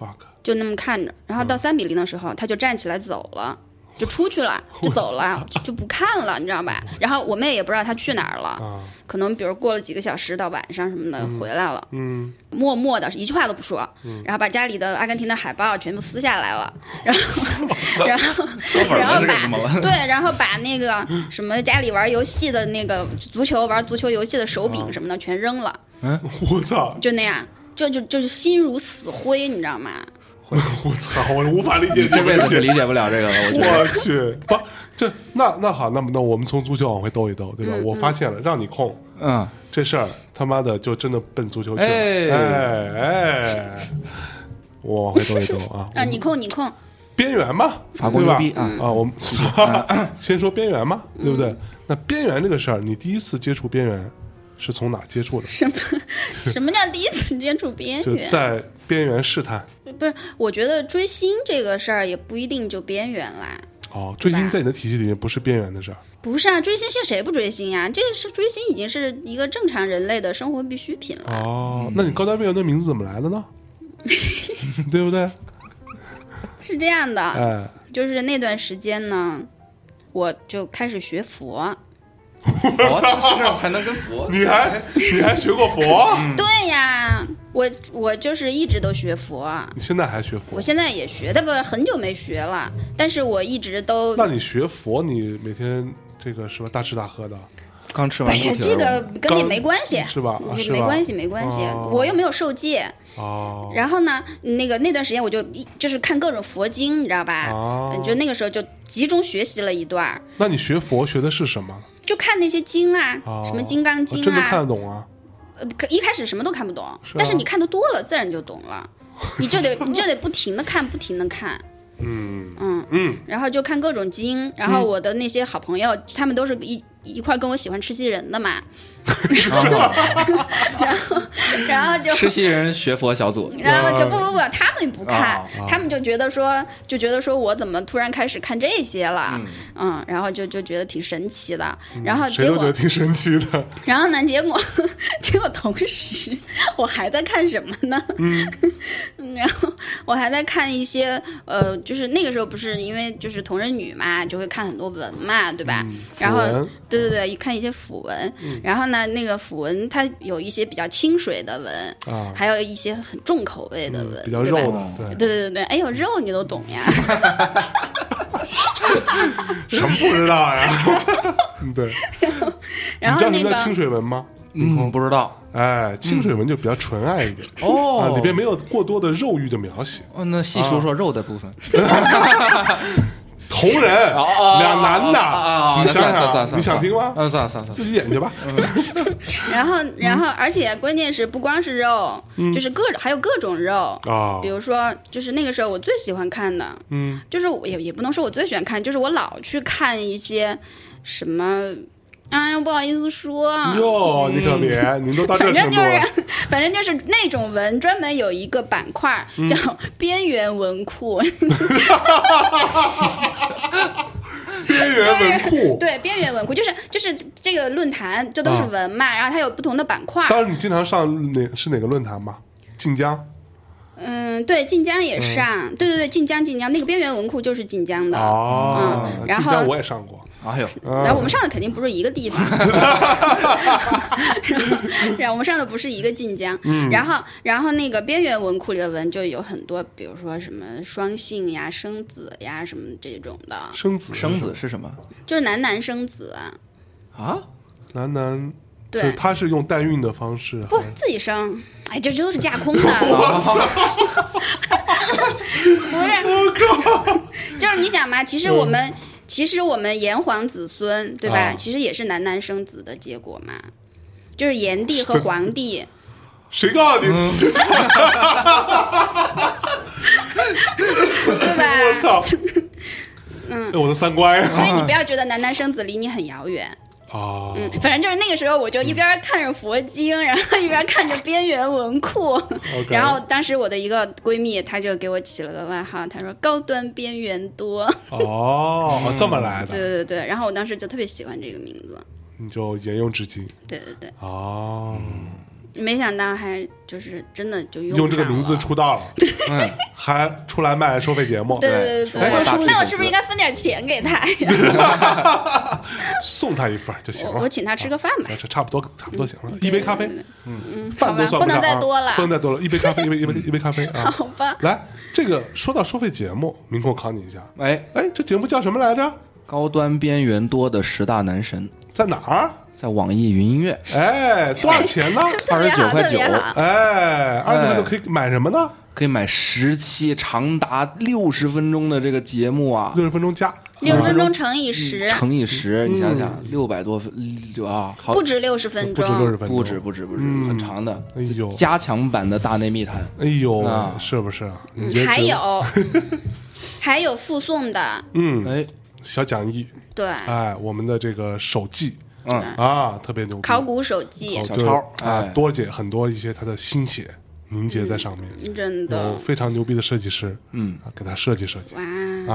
Speaker 3: fuck，
Speaker 2: 就那么看着。然后到三比零的时候，他就站起来走了，
Speaker 4: 嗯
Speaker 2: 就出去 了，就走了，就就不看了，你知道吧？然后我妹也不知道他去哪儿了，
Speaker 3: 啊，
Speaker 2: 可能比如过了几个小时到晚上什么的回来了，
Speaker 3: 嗯，
Speaker 2: 默默的一句话都不说，
Speaker 4: 嗯
Speaker 2: 然后把家里的阿根廷的海报全部撕下 来了，然后然后然后
Speaker 4: 这个怎么
Speaker 2: 把对，然后把那个什么家里玩游戏的那个足球玩足球游戏的手柄什么的全扔了，
Speaker 3: 我操，
Speaker 2: 就那样，就就就是心如死灰，你知道吗？，
Speaker 3: 我操，我无法理解你
Speaker 4: 这辈子是
Speaker 3: 个
Speaker 4: 理解不了这个了，我觉得。
Speaker 3: 我去，不，这那那好，那么那我们从足球往回兜一兜，对吧？我发现了，让你控
Speaker 4: 嗯，
Speaker 3: 这事儿，他妈的就真的奔足球去了，
Speaker 4: 哎
Speaker 3: 哎哎，我往回兜一兜啊
Speaker 2: 啊，你控你控，
Speaker 3: 边缘嘛，
Speaker 4: 法国
Speaker 3: 对吧
Speaker 4: 牛逼嗯
Speaker 3: 啊，我们 先说边缘嘛，对不对？那边缘这个事儿，你第一次接触边缘是从哪接触的？
Speaker 2: 什么 什么叫第一次接触边
Speaker 3: 就
Speaker 2: 缘？
Speaker 3: 在边缘试探。
Speaker 2: 不是，我觉得追星这个事儿也不一定就边缘啦。
Speaker 3: 哦，追星在你的体系里面不是边缘的事儿。
Speaker 2: 不是啊，追星现在谁不追星呀、这是追星已经是一个正常人类的生活必需品了。
Speaker 4: 嗯
Speaker 3: 哦，那你高端边缘的名字怎么来的 呢？对不对？
Speaker 2: 是这样的，
Speaker 3: 哎，
Speaker 2: 就是那段时间呢，我就开始学佛。
Speaker 4: 我操，这还能跟佛？
Speaker 3: 你还你还学过佛？
Speaker 2: 对呀，我我就是一直都学佛，
Speaker 3: 你现在还学佛
Speaker 2: 我？现在也学，但不是很久没学了，但是我一直都。
Speaker 3: 那你学佛，你每天这个是吧，大吃大喝的，
Speaker 4: 刚
Speaker 3: 啊
Speaker 4: 吃完
Speaker 2: 哎
Speaker 4: 猪
Speaker 2: 呀，
Speaker 4: 蹄
Speaker 2: 这
Speaker 4: 儿
Speaker 2: 个
Speaker 4: 我
Speaker 2: 跟你
Speaker 3: 刚
Speaker 2: 没关系，
Speaker 3: 是吧？啊
Speaker 2: 你
Speaker 3: 是吧
Speaker 2: 没关系，没关系，
Speaker 3: 哦
Speaker 2: 我又没有受戒。
Speaker 3: 哦，
Speaker 2: 然后呢，那个那段时间我就一就是看各种佛经，你知道吧？
Speaker 3: 哦
Speaker 2: 嗯就那个时候就集中学习了一段儿，
Speaker 3: 那你学佛学的是什么？
Speaker 2: 就看那些经啊，
Speaker 3: 哦
Speaker 2: 什么《金刚经》
Speaker 3: 真的看
Speaker 2: 啊，
Speaker 3: 得懂啊？
Speaker 2: 呃可一开始什么都看不懂，
Speaker 3: 是啊
Speaker 2: 但是你看的多了，自然就 懂了。你就得你就得不停的看，不停的看，
Speaker 3: 嗯
Speaker 2: 嗯
Speaker 3: 嗯，
Speaker 2: 然后就看各种经，然后我的那些好朋友，他们都是一一块跟我喜欢吃鸡人的嘛， 然 后就
Speaker 4: 啊吃西人学佛小组，
Speaker 2: 然后就不不不，他们不看，
Speaker 4: 啊
Speaker 2: 他们就觉得说，就觉得说我怎么突然开始看这些了，嗯然后就就觉得挺神奇的，然后
Speaker 3: 嗯谁
Speaker 2: 结
Speaker 3: 都觉
Speaker 2: 果
Speaker 3: 得，挺神奇的。
Speaker 2: 然后呢，结果 结果同时我还在看什么呢？嗯， 然后我还在看一些呃，就是那个时候不是因为就是同人女嘛，就会看很多文嘛，对吧？然后
Speaker 3: 嗯符文嗯
Speaker 2: 对对对，看一些腐文，然后呢，那个腐文它有一些比较清水的文，
Speaker 3: 啊
Speaker 2: 还有一些很重口味的文，
Speaker 3: 比较
Speaker 2: 对吧
Speaker 3: 肉的，对，
Speaker 2: 呃对对对对，哎
Speaker 3: 嗯
Speaker 2: 呦，肉你都懂 呀？
Speaker 3: 什么不知道 呀？对，
Speaker 2: 然
Speaker 3: 你知道什么
Speaker 2: 后那
Speaker 3: 叫
Speaker 2: 个
Speaker 3: 清水文吗？
Speaker 4: 嗯，不知道
Speaker 3: 哎，清水文就比较纯爱一
Speaker 2: 嗯
Speaker 3: 点啊，
Speaker 2: 哦
Speaker 3: 里边没有过多的肉欲的描写。
Speaker 4: 哦，那细说说肉的部分，
Speaker 3: 同人，
Speaker 4: 哦
Speaker 3: 俩男的，
Speaker 2: 哦
Speaker 4: 啊，
Speaker 3: 你想
Speaker 4: 算了算
Speaker 3: 想，
Speaker 4: 了算了
Speaker 3: 你想听吗？
Speaker 4: 嗯，算了算了算
Speaker 3: 自己演去吧。
Speaker 2: 嗯然后
Speaker 3: 嗯
Speaker 2: 然后，而且关键是不光是肉，就是各种还有各种肉，
Speaker 3: 啊
Speaker 2: 比，如说就是那个时候我最喜欢看的，
Speaker 3: 嗯，
Speaker 2: 就是我也也不能说我最喜欢看，就是我老去看一些什么，哎呀，不好意思说啊。
Speaker 3: 哟，你可别，您都到这
Speaker 2: 嗯反
Speaker 3: 程
Speaker 2: 正
Speaker 3: 度啊
Speaker 2: 就
Speaker 3: 了
Speaker 2: 是，反正就是那种文，专门有一个板块儿
Speaker 3: 嗯
Speaker 2: 叫边缘文库，
Speaker 3: 哦边缘文库。
Speaker 2: 对，边缘文库就是就是这个论坛，这都是
Speaker 3: 啊
Speaker 2: 文嘛，然后它有不同的板块儿。
Speaker 3: 当时你经常上哪是哪个论坛吗？晋江
Speaker 2: 嗯，对，晋江也上，对对对，晋江晋江那个边缘文库就是晋江的。
Speaker 3: 嗯哦嗯
Speaker 2: 嗯，然
Speaker 3: 晋
Speaker 2: 后
Speaker 3: 江我也上过。啊
Speaker 4: 了，哎呦，
Speaker 2: 然后我们上的肯定不是一个地方， 然后我们上的不是一个晋江，
Speaker 3: 嗯
Speaker 2: 然后然后那个边缘文库里的文就有很多，比如说什么双性呀、生子呀什么这种的，
Speaker 3: 生子，
Speaker 4: 生子是什么
Speaker 2: 就是男男生子啊，
Speaker 4: 啊？
Speaker 3: 男男，
Speaker 2: 对
Speaker 3: 就他是用代孕的方式，
Speaker 2: 不自己生，哎，这都是架空 的，
Speaker 3: 哦
Speaker 2: 不是，就是你想嘛，其实我们。其实我们炎黄子孙，对吧？
Speaker 3: 嗯啊
Speaker 2: 其实也是男男生子的结果嘛，就是炎帝
Speaker 3: 哦
Speaker 2: 和黄帝，
Speaker 3: 谁告诉你？
Speaker 4: 嗯
Speaker 2: 对吧？
Speaker 3: 我 操！嗯，我的三观呀！
Speaker 2: 所以你不要觉得男男生子离你很遥远。
Speaker 3: 啊，
Speaker 2: 嗯，反正就是那个时候，我就一边看着佛 经，然后一边看着边缘文库。然后当时我的一个闺蜜，她就给我起了个外号，她说“高端边缘多
Speaker 3: 哦，这么来”。
Speaker 4: 嗯
Speaker 2: 对
Speaker 3: 的，
Speaker 2: 对对，然后我当时就特别喜欢这个名字。
Speaker 3: 你就沿用至今
Speaker 2: 对对对，
Speaker 3: 哦，
Speaker 2: 嗯没想到还就是真的就用
Speaker 3: 用这个
Speaker 2: 上
Speaker 3: 名字
Speaker 2: 了
Speaker 3: 出道了，
Speaker 4: 嗯，
Speaker 3: 还出来卖收费节目，
Speaker 2: 对对对
Speaker 4: 对
Speaker 2: 对，
Speaker 4: 哎
Speaker 2: 我说
Speaker 4: 大
Speaker 2: 那我
Speaker 4: 屁
Speaker 2: 是
Speaker 4: 股
Speaker 2: 不是应该分点钱给他呀？
Speaker 3: 送他一份儿就行
Speaker 2: 我
Speaker 3: 了
Speaker 2: 我。请他吃个饭呗
Speaker 3: 这。差不多，差不多行了，一杯咖啡，
Speaker 2: 嗯，
Speaker 3: 饭都
Speaker 2: 好
Speaker 3: 算
Speaker 2: 吧不
Speaker 3: 上啊，
Speaker 2: 能再多了
Speaker 3: 不。能再多了，一杯咖啡，一杯一 杯一杯咖啡啊！
Speaker 2: 好吧，
Speaker 3: 来，这个说到收费节目，明空考你一下，
Speaker 4: 哎，
Speaker 3: 哎，这节目叫什么来着？
Speaker 4: 高端边缘多的十大男神，
Speaker 3: 在哪儿？
Speaker 4: 在网易云音乐
Speaker 3: 哎，多少钱 呢？
Speaker 2: 特别好，
Speaker 4: 29块
Speaker 2: 特别
Speaker 4: 9
Speaker 2: 好。
Speaker 3: 哎，二十块钱可以买什么呢？
Speaker 4: 可以买十期长达六十分钟的这个节目啊，
Speaker 3: 六十分钟加，
Speaker 2: 六分
Speaker 3: 嗯
Speaker 2: 钟乘以十，
Speaker 4: 乘以十，你想想六百多分就啊，好
Speaker 2: 不止六十分
Speaker 3: 不止六十
Speaker 2: 钟。
Speaker 3: 分钟，
Speaker 4: 不止不止不止，很长的，
Speaker 3: 哎呦
Speaker 4: 加强版的大内密谈，
Speaker 3: 哎呦
Speaker 4: 啊，
Speaker 3: 是不是啊？你觉得
Speaker 2: 嗯还
Speaker 3: 值
Speaker 2: 有，还有附送的，
Speaker 3: 嗯，
Speaker 4: 哎，
Speaker 3: 小讲义，
Speaker 2: 对，
Speaker 3: 哎，我们的这个手记
Speaker 4: 嗯，
Speaker 3: 啊，特别牛逼，
Speaker 2: 考古手记
Speaker 3: 哦，
Speaker 4: 小
Speaker 3: 对
Speaker 4: 抄
Speaker 3: 啊
Speaker 4: 哎，
Speaker 3: 多姐很多一些她的心血凝结在上面，
Speaker 2: 嗯真
Speaker 3: 有
Speaker 2: 的，
Speaker 3: 非常牛逼的设计师，
Speaker 4: 嗯
Speaker 3: 啊，给她设计设计
Speaker 2: 哇！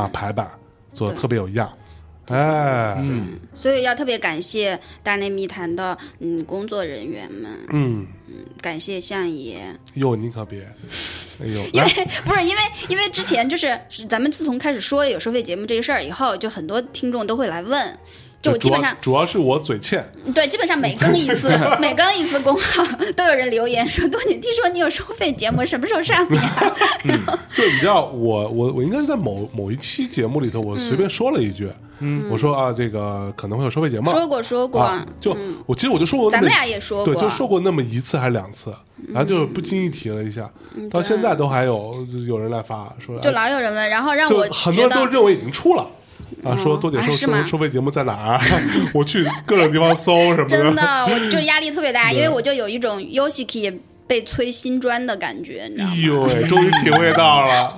Speaker 3: 啊，排版做的特别有样，哎，
Speaker 2: 所以要特别感谢大内密谈的嗯工作人员们，
Speaker 3: 嗯，
Speaker 2: 感谢相爷。
Speaker 3: 哟，你可别，哎呦，
Speaker 2: 因
Speaker 3: 来
Speaker 2: 为 不是因为因为之前就是咱们自从开始说有收费节目这个事儿以后，就很多听众都会来问，就我基
Speaker 3: 主
Speaker 2: 本
Speaker 3: 要
Speaker 2: 上
Speaker 3: 主要是我嘴欠，
Speaker 2: 对基本上每更一次 每更一次公号都有人留言说多姐听说你有收费节目，什么时候上 呀？
Speaker 3: 就你知道，我我我应该是在某某一期节目里头，我随便说了一句，嗯，我说啊，这个可能会有收费节目，
Speaker 2: 说过说过，嗯
Speaker 3: 啊、就、我记得我就说过那
Speaker 2: 咱
Speaker 3: 么，
Speaker 2: 们俩也说过嗯
Speaker 3: 对，就说过那么一次还是两次，然后就不经意提了一下，到现在都还有有人来发说，
Speaker 2: 就
Speaker 3: 哎
Speaker 2: 老有人问，然后让
Speaker 3: 就
Speaker 2: 我
Speaker 3: 很多
Speaker 2: 觉
Speaker 3: 人都
Speaker 2: 得。
Speaker 3: 认为已经出了。啊，说多姐
Speaker 2: 啊
Speaker 3: 收
Speaker 2: 是吗
Speaker 3: 收收费节目在哪儿？ 我去各种地方搜什么
Speaker 2: 真
Speaker 3: 的。
Speaker 2: 的，我就压力特别大，因为我就有一种优戏可以被催新砖的感觉，你知道吗
Speaker 3: 哎？呦喂，终于体会到 了，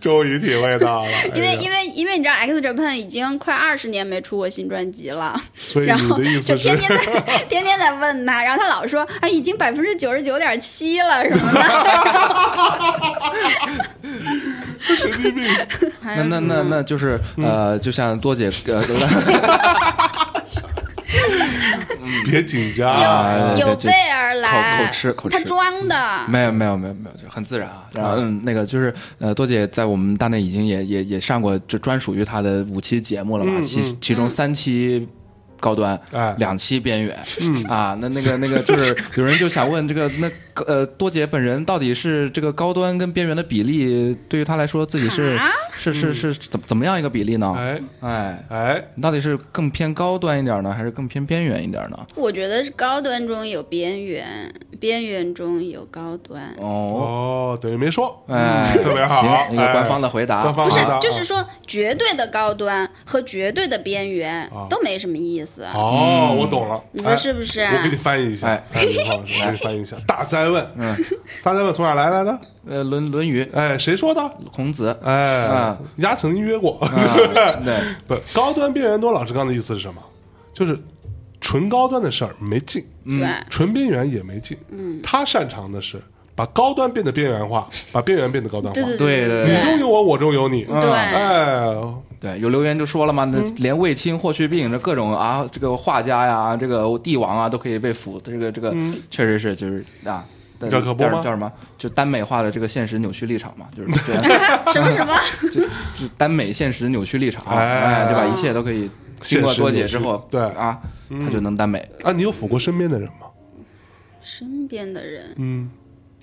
Speaker 3: 终于体会到了。
Speaker 2: 因
Speaker 3: 哎呀
Speaker 2: 为因为因为你知道 X Japan 已经快二十年没出过新专辑了，
Speaker 3: 所以
Speaker 2: 然
Speaker 3: 你
Speaker 2: 后
Speaker 3: 的意
Speaker 2: 就
Speaker 3: 思是
Speaker 2: 天，天在天天在问他，然后他老说啊，已经百分之九十九点七了什么的。
Speaker 3: 神经 病。
Speaker 2: 还
Speaker 4: 那
Speaker 2: 有
Speaker 4: 嗯那
Speaker 2: 什么
Speaker 4: 那那就是呃，就像多姐呃
Speaker 3: 别紧张
Speaker 4: 啊
Speaker 2: 有
Speaker 4: 这
Speaker 2: 有
Speaker 4: 这
Speaker 2: 备而来，
Speaker 4: 口口吃口吃
Speaker 2: 他装的。
Speaker 4: 没有没有没有没有，就很自然啊。然后嗯，那个就是呃，多姐在我们大内已经也也也上过就专属于她的五期节目了嘛，
Speaker 3: 嗯
Speaker 4: 其
Speaker 3: 嗯
Speaker 4: 其中三期。高端，
Speaker 3: 哎嗯
Speaker 4: 两期边缘，啊，那那个那个就是有人就想问这个那呃多姐本人到底是这个高端跟边缘的比例，对于她来说自己是
Speaker 2: 啊
Speaker 4: 是是是怎么怎么样一个比例呢？
Speaker 3: 哎
Speaker 4: 哎，
Speaker 3: 哎，
Speaker 4: 你到底是更偏高端一点呢，还是更偏边缘一点呢？
Speaker 2: 我觉得是高端中有边缘，边缘中有高
Speaker 3: 啊
Speaker 2: 端。
Speaker 4: 哦，
Speaker 3: 哦，等于没说，
Speaker 4: 哎，
Speaker 3: 特别好
Speaker 4: 行，一个
Speaker 3: 哎
Speaker 4: 官方的回答，
Speaker 3: 官方啊
Speaker 2: 不是
Speaker 3: 好的，
Speaker 2: 就是说绝对的高端和绝对的边缘都没什么意思，
Speaker 3: 哦，我懂了，
Speaker 2: 嗯你
Speaker 3: 啊哎
Speaker 2: 说是不是？啊
Speaker 3: 我给你翻译一下
Speaker 4: 哎，
Speaker 3: 哎，你好，我给你翻 译一下。大灾问，嗯，大灾问从哪来来着？
Speaker 4: 呃，《论论语》
Speaker 3: 哎，谁说的？
Speaker 4: 孔子，
Speaker 3: 哎
Speaker 4: 啊，
Speaker 3: 丫曾经约过。
Speaker 4: 嗯对，
Speaker 3: 不，高端边缘多老师刚的意思是什么？就是纯高端的事儿没劲，
Speaker 4: 嗯
Speaker 2: 对，
Speaker 3: 纯边缘也没劲。嗯，他擅长的是把高端变得边缘化，把边缘变得高端化。
Speaker 2: 对对
Speaker 4: 对对
Speaker 3: 你
Speaker 4: 对嗯
Speaker 3: 中有我，我中有你。
Speaker 2: 对，
Speaker 3: 哎，
Speaker 4: 对，有留言就说了嘛，那
Speaker 3: 嗯
Speaker 4: 连卫青、霍去病这各种啊，这个画家呀，这个帝王啊，都可以被俘，这个这个确实是就是啊。但
Speaker 3: 嗯这可不
Speaker 4: 叫
Speaker 3: 吗
Speaker 4: 叫什么？就耽美化的这个现实扭曲立场嘛，就是这 样，
Speaker 2: 什么什么？
Speaker 3: 嗯
Speaker 4: 就就耽美现实扭曲立场，
Speaker 3: 哎
Speaker 4: 哎，就把一切都可以经过多解之
Speaker 3: 现实扭
Speaker 4: 后，
Speaker 3: 曲对
Speaker 4: 啊，他就能耽美。
Speaker 3: 啊，你有抚过身边的人吗？
Speaker 2: 身边的人
Speaker 3: 嗯，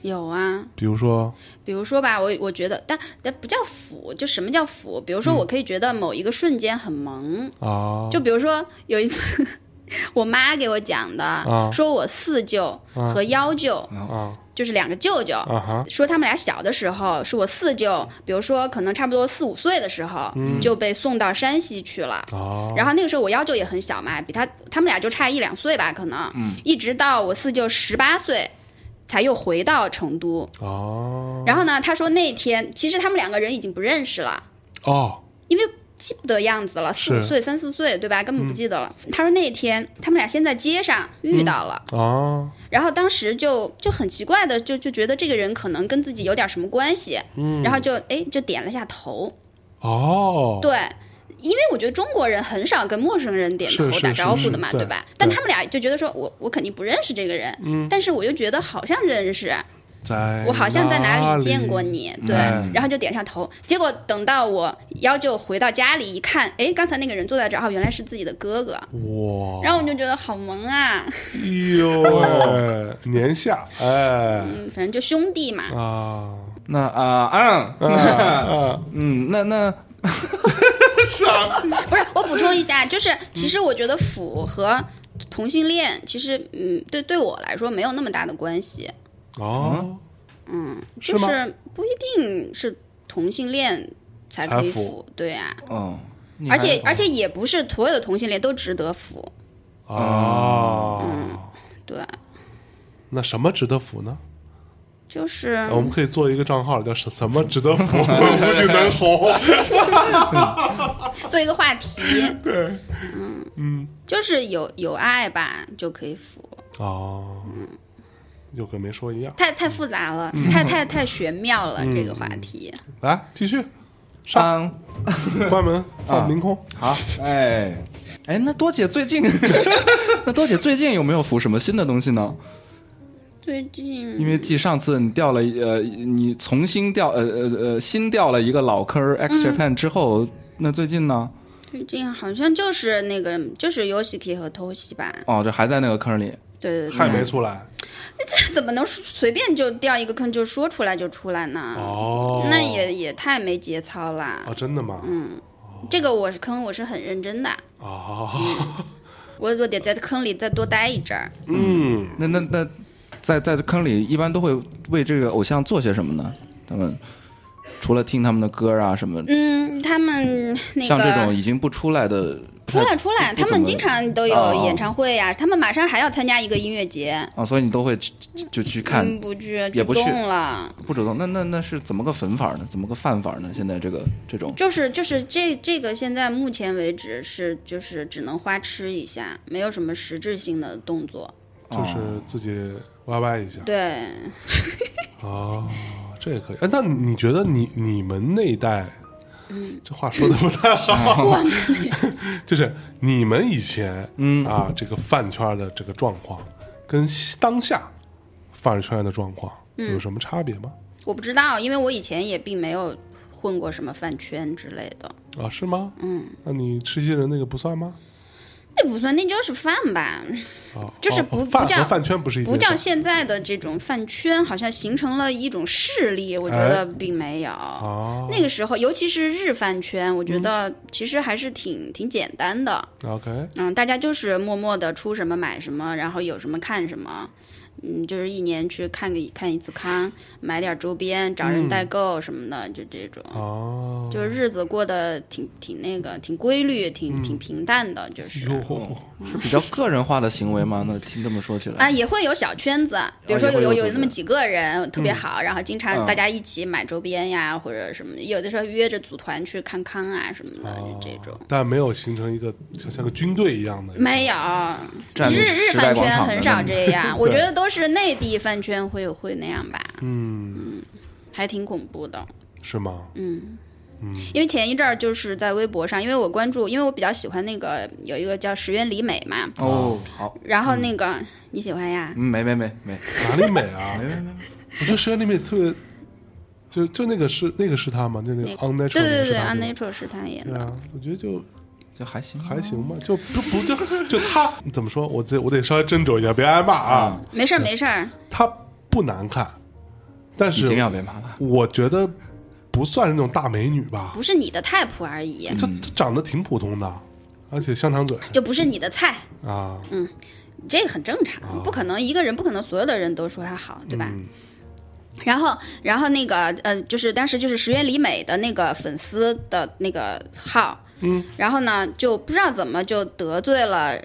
Speaker 2: 有啊，
Speaker 3: 比如说，
Speaker 2: 比如说吧，我我觉得，但但不叫腐，就什么叫腐？比如
Speaker 3: 嗯
Speaker 2: 说，我可以觉得某一个瞬间很萌，
Speaker 3: 啊，
Speaker 2: 就比如说有一次， 我妈给我讲的，说我四舅和幺舅、
Speaker 3: 啊
Speaker 2: 就是两个舅舅。
Speaker 3: 啊嗯哈，
Speaker 2: 说他们俩小的时候，是我四舅，比如说可能差不多四五岁的时候，
Speaker 3: 嗯
Speaker 2: 就被送到山西去了。
Speaker 3: 啊，
Speaker 2: 然后那个时候我幺舅也很小嘛，比他他们俩就差一两岁吧，可能，
Speaker 3: 嗯
Speaker 2: 一直到我四舅十八岁，才又回到成都。
Speaker 3: 哦
Speaker 2: 然后呢，他说那天其实他们两个人已经不认识了，
Speaker 3: 哦，
Speaker 2: 因为记不得样子了，四
Speaker 3: 是嗯
Speaker 2: 五岁、三四岁，对吧？根本不记得了。他说那天他们俩先在街上遇到了，
Speaker 3: 啊，
Speaker 2: 然后当时就就很奇怪的就就觉得这个人可能跟自己有点什么关系，然后就哎就点了一下头，
Speaker 3: 嗯哦，
Speaker 2: 对。因为我觉得中国人很少跟陌生人点头
Speaker 3: 是是
Speaker 2: 打招呼的嘛，
Speaker 3: 是是
Speaker 2: 吧
Speaker 3: 对？
Speaker 2: 但
Speaker 3: 对嗯
Speaker 2: 他们俩就觉得说我我肯定不认识这个人，但是我又觉得好像认识，
Speaker 3: 在
Speaker 2: 我好像在哪
Speaker 3: 哎哪
Speaker 2: 里见过你，对，
Speaker 3: 哎
Speaker 2: 然后就点一下头。结果等到我幺舅回到家里一看，哎，刚才那个人坐在这儿，哦，原来是自己的哥哥，
Speaker 3: 哦哇，
Speaker 2: 然后我就觉得好萌啊，
Speaker 3: 哎呦喂，年下哎
Speaker 2: 嗯，反正就兄弟嘛，
Speaker 3: 啊
Speaker 4: 那啊
Speaker 3: 啊
Speaker 4: 啊，
Speaker 3: 啊
Speaker 4: 嗯，那那
Speaker 3: 哦
Speaker 2: 不是，我补充一下，就是其实我觉得腐和同性恋其实，嗯，对对我来说没有那么大的关系，
Speaker 3: 哦，
Speaker 2: 嗯，
Speaker 3: 是
Speaker 2: 就
Speaker 3: 吗
Speaker 2: 是不一定是同性恋才可以
Speaker 3: 才腐
Speaker 2: 腐，对啊，
Speaker 4: 哦，你
Speaker 2: 而且
Speaker 4: 还
Speaker 2: 而且也不是所有的同性恋都值得腐，
Speaker 3: 哦，
Speaker 2: 对，
Speaker 3: 那什么值得服呢？哎
Speaker 2: 就是
Speaker 3: 我们可以做一个账号，叫什什么值得服，无比难红。
Speaker 2: 做一个话题，对，嗯嗯，就是有有爱吧就可以腐，
Speaker 3: 哦，又跟没说一样。
Speaker 2: 太太复杂了，太太太玄妙了这个话题，
Speaker 3: 来，继续
Speaker 4: 上
Speaker 3: 关门放
Speaker 4: 啊
Speaker 3: 明空。
Speaker 4: 好，哎哎，那多姐最近， 那多姐最近有没有服什么新的东西呢？
Speaker 2: 最近
Speaker 4: 因为继上次你掉了呃，你重新掉呃呃呃新掉了一个老坑儿 X Japan
Speaker 2: 嗯
Speaker 4: 之后，那最近呢？
Speaker 2: 最近好像就是那个就是 Yoshiki 和偷袭吧，
Speaker 4: 哦，这还在那个坑里。
Speaker 2: 对对对，
Speaker 3: 还没出来
Speaker 2: 这怎么能随便就掉一个坑就说出来就出来呢？
Speaker 3: 哦，
Speaker 2: 嗯那也也太没节操啦！
Speaker 3: 啊，真的吗？
Speaker 2: 这个我是坑，我是很认真的，
Speaker 3: 啊，
Speaker 2: 我我得在坑里再多待一阵儿。
Speaker 3: 嗯，
Speaker 4: 那那那，在在坑里一般都会为这个偶像做些什么呢？他们除了听他们的歌啊什么，
Speaker 2: 嗯，他们那
Speaker 4: 像这种
Speaker 2: 个
Speaker 4: 已经不出来的，
Speaker 2: 出来出来，
Speaker 4: 不
Speaker 2: 他
Speaker 4: 怎
Speaker 2: 们
Speaker 4: 么
Speaker 2: 经常都有
Speaker 4: 哦
Speaker 2: 演唱会呀、他们马上还要参加一个音乐节。
Speaker 4: 啊，所以你都会去就去看，
Speaker 2: 嗯，不去，
Speaker 4: 也不去
Speaker 2: 动了，
Speaker 4: 不主动。那那那是怎么个粉法呢？怎么个犯法呢？现在这个这种
Speaker 2: 就是就是这这个现在目前为止是就是只能花痴一下，没有什么实质性的动作。
Speaker 3: 就是自己歪歪一下
Speaker 2: 对，
Speaker 3: 哦，这也可以。哎，那你觉得你你们那一代，
Speaker 2: 嗯
Speaker 3: 这话说的不太好， 就是你们以前，嗯啊，这个饭圈的这个状况跟当下饭圈的状况有什么差别吗？
Speaker 2: 我不知道，因为我以前也并没有混过什么饭圈之类的，
Speaker 3: 啊，是吗？嗯，那你吃鸡人那个不算吗？
Speaker 2: 那不算，那就是饭吧。
Speaker 3: 啊，
Speaker 2: 就是
Speaker 3: 哦
Speaker 2: 不
Speaker 3: 饭
Speaker 2: 不叫
Speaker 3: 和饭圈不是一
Speaker 2: 不
Speaker 3: 件
Speaker 2: 叫
Speaker 3: 事
Speaker 2: 现在的这种饭圈，好像形成了一种势力，我觉得并没有。
Speaker 3: 啊。
Speaker 2: 那个时候，尤其是日饭圈，我觉得其实还是挺、挺简单的。
Speaker 3: 啊 OK，
Speaker 2: 嗯，大家就是默默的出什么买什么，然后有什么看什么。嗯，就是一年去看个看一次康，买点周边，找人代购什么的，就这种。
Speaker 3: 哦，
Speaker 2: 就是日子过得挺挺那个，挺规律，挺挺平淡的，就是
Speaker 3: 哟，
Speaker 4: 是比较个人化的行为吗？那听这么说起来，
Speaker 2: 啊，也会有小圈子，比如
Speaker 4: 哦
Speaker 2: 说
Speaker 4: 也会有
Speaker 2: 有有
Speaker 4: 组织
Speaker 2: 那么几个人特别好，然后经常
Speaker 4: 嗯
Speaker 2: 大家一起买周边呀，或者什么的，有的时候约着组团去看康啊什么的，
Speaker 4: 哦
Speaker 2: 就这种。
Speaker 3: 啊
Speaker 2: 嗯
Speaker 3: 但没有形成一个像像个军队一样的
Speaker 2: 没有，
Speaker 4: 占领
Speaker 2: 日日
Speaker 4: 时代
Speaker 2: 饭
Speaker 4: 广
Speaker 2: 圈
Speaker 4: 场的
Speaker 2: 很
Speaker 4: 那
Speaker 2: 少
Speaker 4: 种
Speaker 2: 这样，我觉
Speaker 3: 对
Speaker 2: 得都是内地饭圈会会那样吧，
Speaker 3: 嗯，
Speaker 2: 还挺恐怖的。
Speaker 3: 是吗？
Speaker 2: 因为前一阵儿就是在微博上，因为我关注，因为我比较喜欢那个有一个叫石原里美嘛，
Speaker 4: 哦，好，
Speaker 2: 然后那个你喜欢呀？
Speaker 4: 嗯没没没没，哎
Speaker 3: 哪里美 啊？我觉得《舌尖里面特别，就就那个是那个是他吗？那那个
Speaker 2: 那
Speaker 3: Unnatural
Speaker 2: 对对
Speaker 3: 是
Speaker 2: 对
Speaker 3: 他吗
Speaker 2: ，Unnatural 是他演
Speaker 3: 对
Speaker 2: 的，
Speaker 3: 啊，我觉得就
Speaker 4: 就还行吧，
Speaker 3: 还行吧，就不不就就他怎么说？我得我得稍微斟酌一下，别挨骂啊。
Speaker 2: 没事儿没事儿，
Speaker 3: 他不难看，但
Speaker 4: 已经
Speaker 3: 是
Speaker 4: 要被骂了。
Speaker 3: 我觉得不算是那种大美女吧，
Speaker 2: 不是你的 type 而已，
Speaker 3: 就她长得挺普通的，而且香肠嘴
Speaker 2: 就不是你的菜，嗯
Speaker 3: 啊，
Speaker 2: 这个很正常，不可能一个人不可能所有的人都说他好，对吧？
Speaker 3: 嗯
Speaker 2: 然后，然后那个呃，就是当时就是石原里美的那个粉丝的那个号，嗯，然后呢就不知道怎么就得罪了。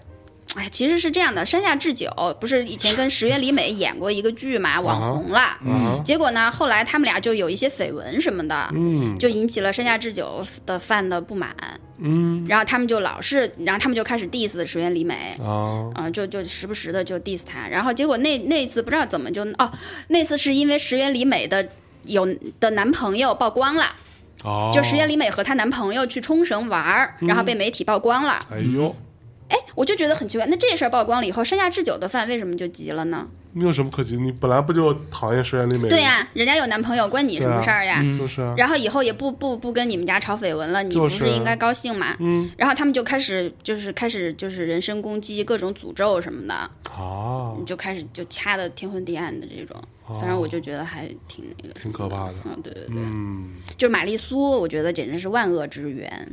Speaker 2: 哎，其实是这样的，山下智久不是以前跟石原里美演过一个剧嘛，网红了。
Speaker 3: 啊
Speaker 2: 结果呢，后来他们俩就有一些绯闻什么的，
Speaker 3: 嗯
Speaker 2: 就引起了山下智久的饭的不满。
Speaker 3: 嗯
Speaker 2: 然后他们就老是，然后他们就开始 diss 石原里美，
Speaker 3: 啊
Speaker 2: 啊、就就时不时的就 diss 他，然后结果那那次不知道怎么就哦，那次是因为石原里美的有的男朋友曝光了，
Speaker 3: 哦，
Speaker 2: 就石原里美和她男朋友去冲绳玩儿，然后被媒体曝光了。
Speaker 3: 哎呦，
Speaker 2: 哎，我就觉得很奇怪，那这事儿曝光了以后，山下智久的饭为什么就急了呢？
Speaker 3: 你有什么可急？你本来不就讨厌石原里美？
Speaker 2: 对、呀、人家有男朋友，关你什么事儿呀？
Speaker 3: 就是啊，
Speaker 2: 然后以后也不不不跟你们家吵绯闻了，你
Speaker 3: 就
Speaker 2: 不
Speaker 3: 是
Speaker 2: 是应该高兴吗？
Speaker 3: 嗯
Speaker 2: 然后他们就开始就是开始就是人身攻击，各种诅咒什么的，
Speaker 3: 啊，
Speaker 2: 你就开始就掐的天昏地暗的这种。
Speaker 4: 哦
Speaker 2: 反正我就觉得还挺那个，
Speaker 3: 挺可怕的。
Speaker 2: 嗯，对对对，
Speaker 3: 嗯，
Speaker 2: 就是玛丽苏，我觉得简直是万恶之源。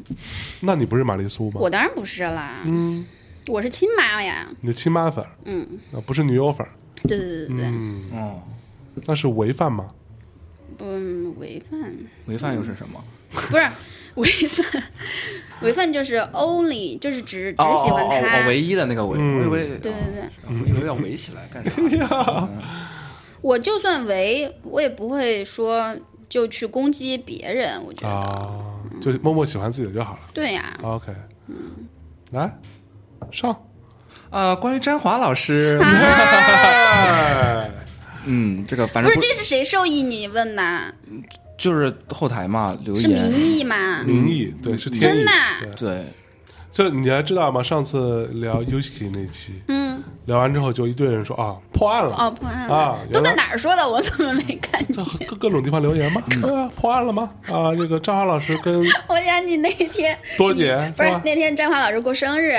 Speaker 3: 那你不是玛丽苏吗？
Speaker 2: 我当然不是啦，
Speaker 3: 嗯，
Speaker 2: 我是亲妈呀。
Speaker 3: 你的亲妈粉儿
Speaker 2: 嗯，
Speaker 3: 啊，不是女友粉儿。
Speaker 2: 对对对对对，
Speaker 3: 嗯，
Speaker 4: 哦，
Speaker 3: 那是违犯吗？
Speaker 2: 嗯，违犯
Speaker 4: 违反又是什么？
Speaker 2: 不是违犯，违犯就是 only，就是只嗯只喜欢
Speaker 4: 哦哦哦
Speaker 2: 他。
Speaker 4: 哦唯一的那个违，
Speaker 3: 嗯哎
Speaker 4: 我以为哦
Speaker 2: 对对对，
Speaker 4: 我以为要围起来干啥？
Speaker 2: 我就算违，我也不会说就去攻击别人。我觉得，
Speaker 4: 哦
Speaker 3: 啊，就是默默喜欢自己的就好了。
Speaker 2: 对呀、
Speaker 3: OK，嗯，来上，
Speaker 4: 啊，关于詹华老师，
Speaker 2: 啊
Speaker 3: 哎，
Speaker 4: 嗯，这个反
Speaker 2: 不
Speaker 4: 正
Speaker 2: 是
Speaker 4: 不
Speaker 2: 这是谁授意你问呐？
Speaker 4: 就是后台嘛留
Speaker 2: 是民
Speaker 4: 言，
Speaker 2: 意吗？
Speaker 3: 民意对是天意，
Speaker 2: 真的啊
Speaker 3: 对
Speaker 4: 对，
Speaker 3: 就你还知道吗？上次聊 Yuki 那期，
Speaker 2: 嗯，
Speaker 3: 聊完之后就一堆人说啊破案了，
Speaker 2: 哦，破案了，
Speaker 3: 啊
Speaker 2: 都
Speaker 3: 原来
Speaker 2: 在哪儿说的？我怎么没看见？
Speaker 3: 这各各种地方留言吗？对啊，破案了吗？啊，这个张华老师跟
Speaker 2: 我想起那天，
Speaker 3: 多姐
Speaker 2: 你不是
Speaker 3: 是吧嗯
Speaker 2: 那天张华老师过生日，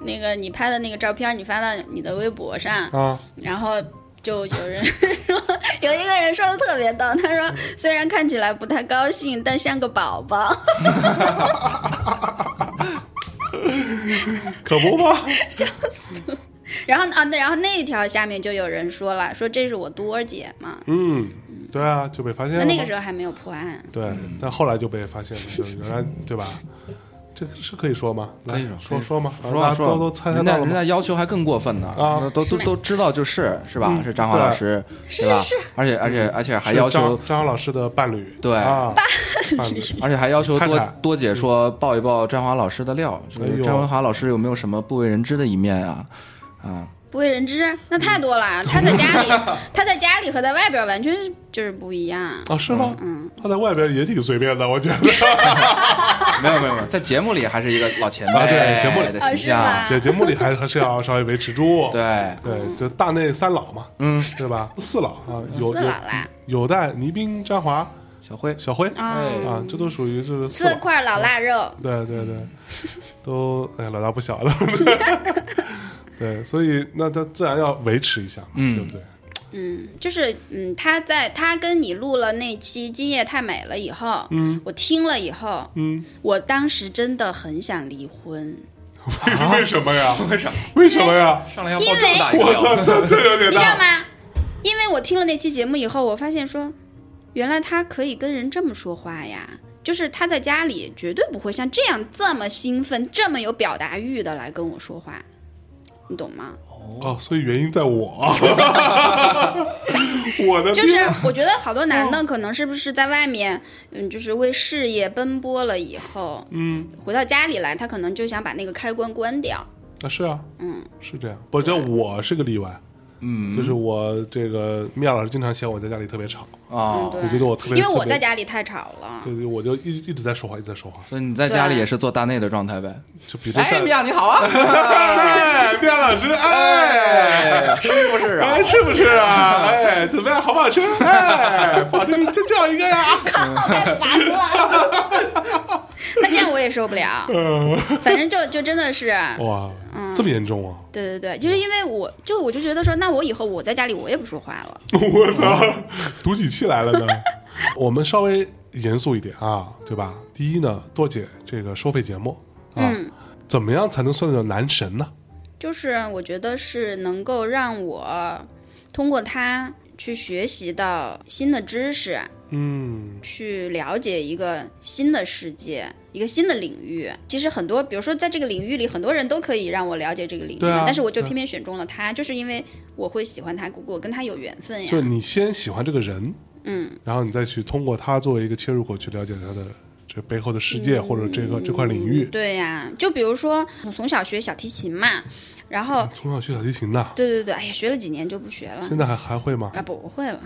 Speaker 2: 那个你拍的那个照片，你发到你的微博上，
Speaker 3: 啊
Speaker 2: 然后就有人 说，有一个人说的特别逗，他说虽然看起来不太高兴，但像个宝宝，
Speaker 3: 可不吗？
Speaker 2: 然后啊，那然后那一条下面就有人说了，说这是我多儿姐嘛，
Speaker 3: 嗯，对啊，就被发现
Speaker 2: 那
Speaker 3: 了。
Speaker 2: 那个时
Speaker 3: 候
Speaker 2: 候还没有破案，
Speaker 3: 对，
Speaker 4: 嗯
Speaker 3: 但后来就被发现了，就是原来对吧？这个是可以说吗？来
Speaker 4: 可以说
Speaker 3: 说
Speaker 4: 可以
Speaker 3: 说嘛，
Speaker 4: 说
Speaker 3: 大
Speaker 4: 吧
Speaker 3: 家
Speaker 4: 说
Speaker 3: 都
Speaker 4: 吧
Speaker 3: 都猜猜
Speaker 4: 人家
Speaker 3: 到了
Speaker 4: 人
Speaker 3: 吗？
Speaker 4: 家要求还更过分呢
Speaker 3: 啊
Speaker 4: 都都
Speaker 2: 是吗
Speaker 4: 都知道就是是吧？
Speaker 3: 嗯
Speaker 4: 是张华老
Speaker 3: 对
Speaker 4: 师
Speaker 2: 是
Speaker 4: 吧
Speaker 2: 是？
Speaker 4: 而且而且而且还
Speaker 3: 是
Speaker 4: 要求
Speaker 3: 张张华老师的伴侣
Speaker 4: 对
Speaker 3: 啊，伴 侣
Speaker 4: 而且还要求
Speaker 3: 看
Speaker 4: 多
Speaker 3: 看
Speaker 4: 多姐说爆一爆詹华老师的料，就
Speaker 3: 嗯哎
Speaker 4: 是
Speaker 3: 呦
Speaker 4: 詹华老师有没有什么不为人知的一面啊？ 啊，
Speaker 2: 不为人知，那太多
Speaker 3: 嗯
Speaker 2: 了。他在家 里，他在家里和在外边完全是就是不一样。
Speaker 3: 啊是吗？他在外边也挺随便的，我觉得。
Speaker 4: 没有没有没有，在节目里还是一个老前辈，
Speaker 3: 啊对节目里
Speaker 4: 的
Speaker 2: 啊
Speaker 4: 形
Speaker 2: 是
Speaker 4: 象，
Speaker 2: 吧
Speaker 3: 节节目里还还是要稍微维持住。
Speaker 4: 对，
Speaker 3: 对，就大内三老嘛，嗯，对吧？四老啊，有
Speaker 2: 四老啦，
Speaker 3: 有有待倪斌、张华、
Speaker 4: 小辉，
Speaker 3: 小辉
Speaker 2: 哦
Speaker 3: 啊，这都属于就是四
Speaker 2: 四
Speaker 3: 老。
Speaker 2: 块老腊肉，
Speaker 3: 对对对， 都哎老大不小了， 对，所以那他自然要维持一下嘛，
Speaker 4: 嗯
Speaker 3: 对不对？
Speaker 2: 嗯，就是嗯，他在他跟你录了那期《今夜太美了》以后，嗯，我听了以后，
Speaker 3: 嗯，
Speaker 2: 我当时真的很想离婚，
Speaker 3: 为为什么呀？为
Speaker 4: 什么？ 哎
Speaker 3: 为什么呀？
Speaker 4: 上来要
Speaker 2: 因
Speaker 4: 爆这么大一
Speaker 2: 为
Speaker 4: 个
Speaker 3: 我操，
Speaker 4: 料，
Speaker 3: 这这有点
Speaker 2: 你知道
Speaker 3: 大。
Speaker 2: 吗？因为我听了那期节目以后，我发现说，原来他可以跟人这么说话呀。就是他在家里绝对不会像这样这么兴奋、这么有表达欲的来跟我说话，你懂吗？
Speaker 3: 哦，所以原因在我，啊 我 的
Speaker 2: 就是
Speaker 3: 天
Speaker 2: 我觉得好多男
Speaker 3: 嗯
Speaker 2: 的可能是不是在外面，嗯，就是为事业奔波了以后，
Speaker 3: 嗯，
Speaker 2: 回到家里来，他可能就想把那个开关关掉。
Speaker 3: 啊是啊，
Speaker 2: 嗯，
Speaker 3: 是这样。不，就我是个例外，
Speaker 4: 嗯
Speaker 3: 就是我这个妙老师经常嫌我在家里特别吵，
Speaker 4: 啊
Speaker 2: 嗯，，对，
Speaker 3: 哦我觉得我特别
Speaker 2: 因为我
Speaker 3: 特别
Speaker 2: 在家里太吵了。
Speaker 3: 对对，我就一一直在说话，一直在说话，
Speaker 4: 所以你在家里也是做大内的状态呗？
Speaker 3: 就比如在
Speaker 4: 哎，妙你好 啊，
Speaker 3: 哎，卞老师，哎，
Speaker 4: 哎，是不是啊
Speaker 3: 哎，？是不是啊？哎，怎么样，好不好吃？哎，保证就叫一个呀。
Speaker 2: 太烦了。那这样我也受不 了，
Speaker 3: 嗯
Speaker 2: 反正就就真的是，
Speaker 3: 哇，这么严重啊！
Speaker 2: 对对对，就是因为我就我就觉得说，那我以后我在家里我也不说话了，
Speaker 3: 我操，赌起气来了呢。我们稍微严肃一点啊，对吧？第一呢，多姐这个收费节目啊，
Speaker 2: 嗯
Speaker 3: 怎么样才能算得了男神呢？
Speaker 2: 就是我觉得是能够让我通过它去学习到新的知识，
Speaker 3: 嗯，
Speaker 2: 去了解一个新的世界。一个新的领域，其实很多，比如说在这个领域里，很多人都可以让我了解这个领域，
Speaker 3: 对啊
Speaker 2: 但是我就
Speaker 3: 对
Speaker 2: 偏偏选中了他，就是因为我会喜欢他，我跟他有缘分哎呀。
Speaker 3: 就是你先喜欢这个人，
Speaker 2: 嗯，
Speaker 3: 然后你再去通过他作为一个切入口去了解他的这背后的世界或者这个这块领域。
Speaker 2: 嗯对呀、就比如说我从小学小提琴嘛，然后
Speaker 3: 从小学小提琴呐，
Speaker 2: 对对对，哎呀，学了几年就啊不学 了
Speaker 3: 现在还还会吗？
Speaker 2: 啊，不，我会了。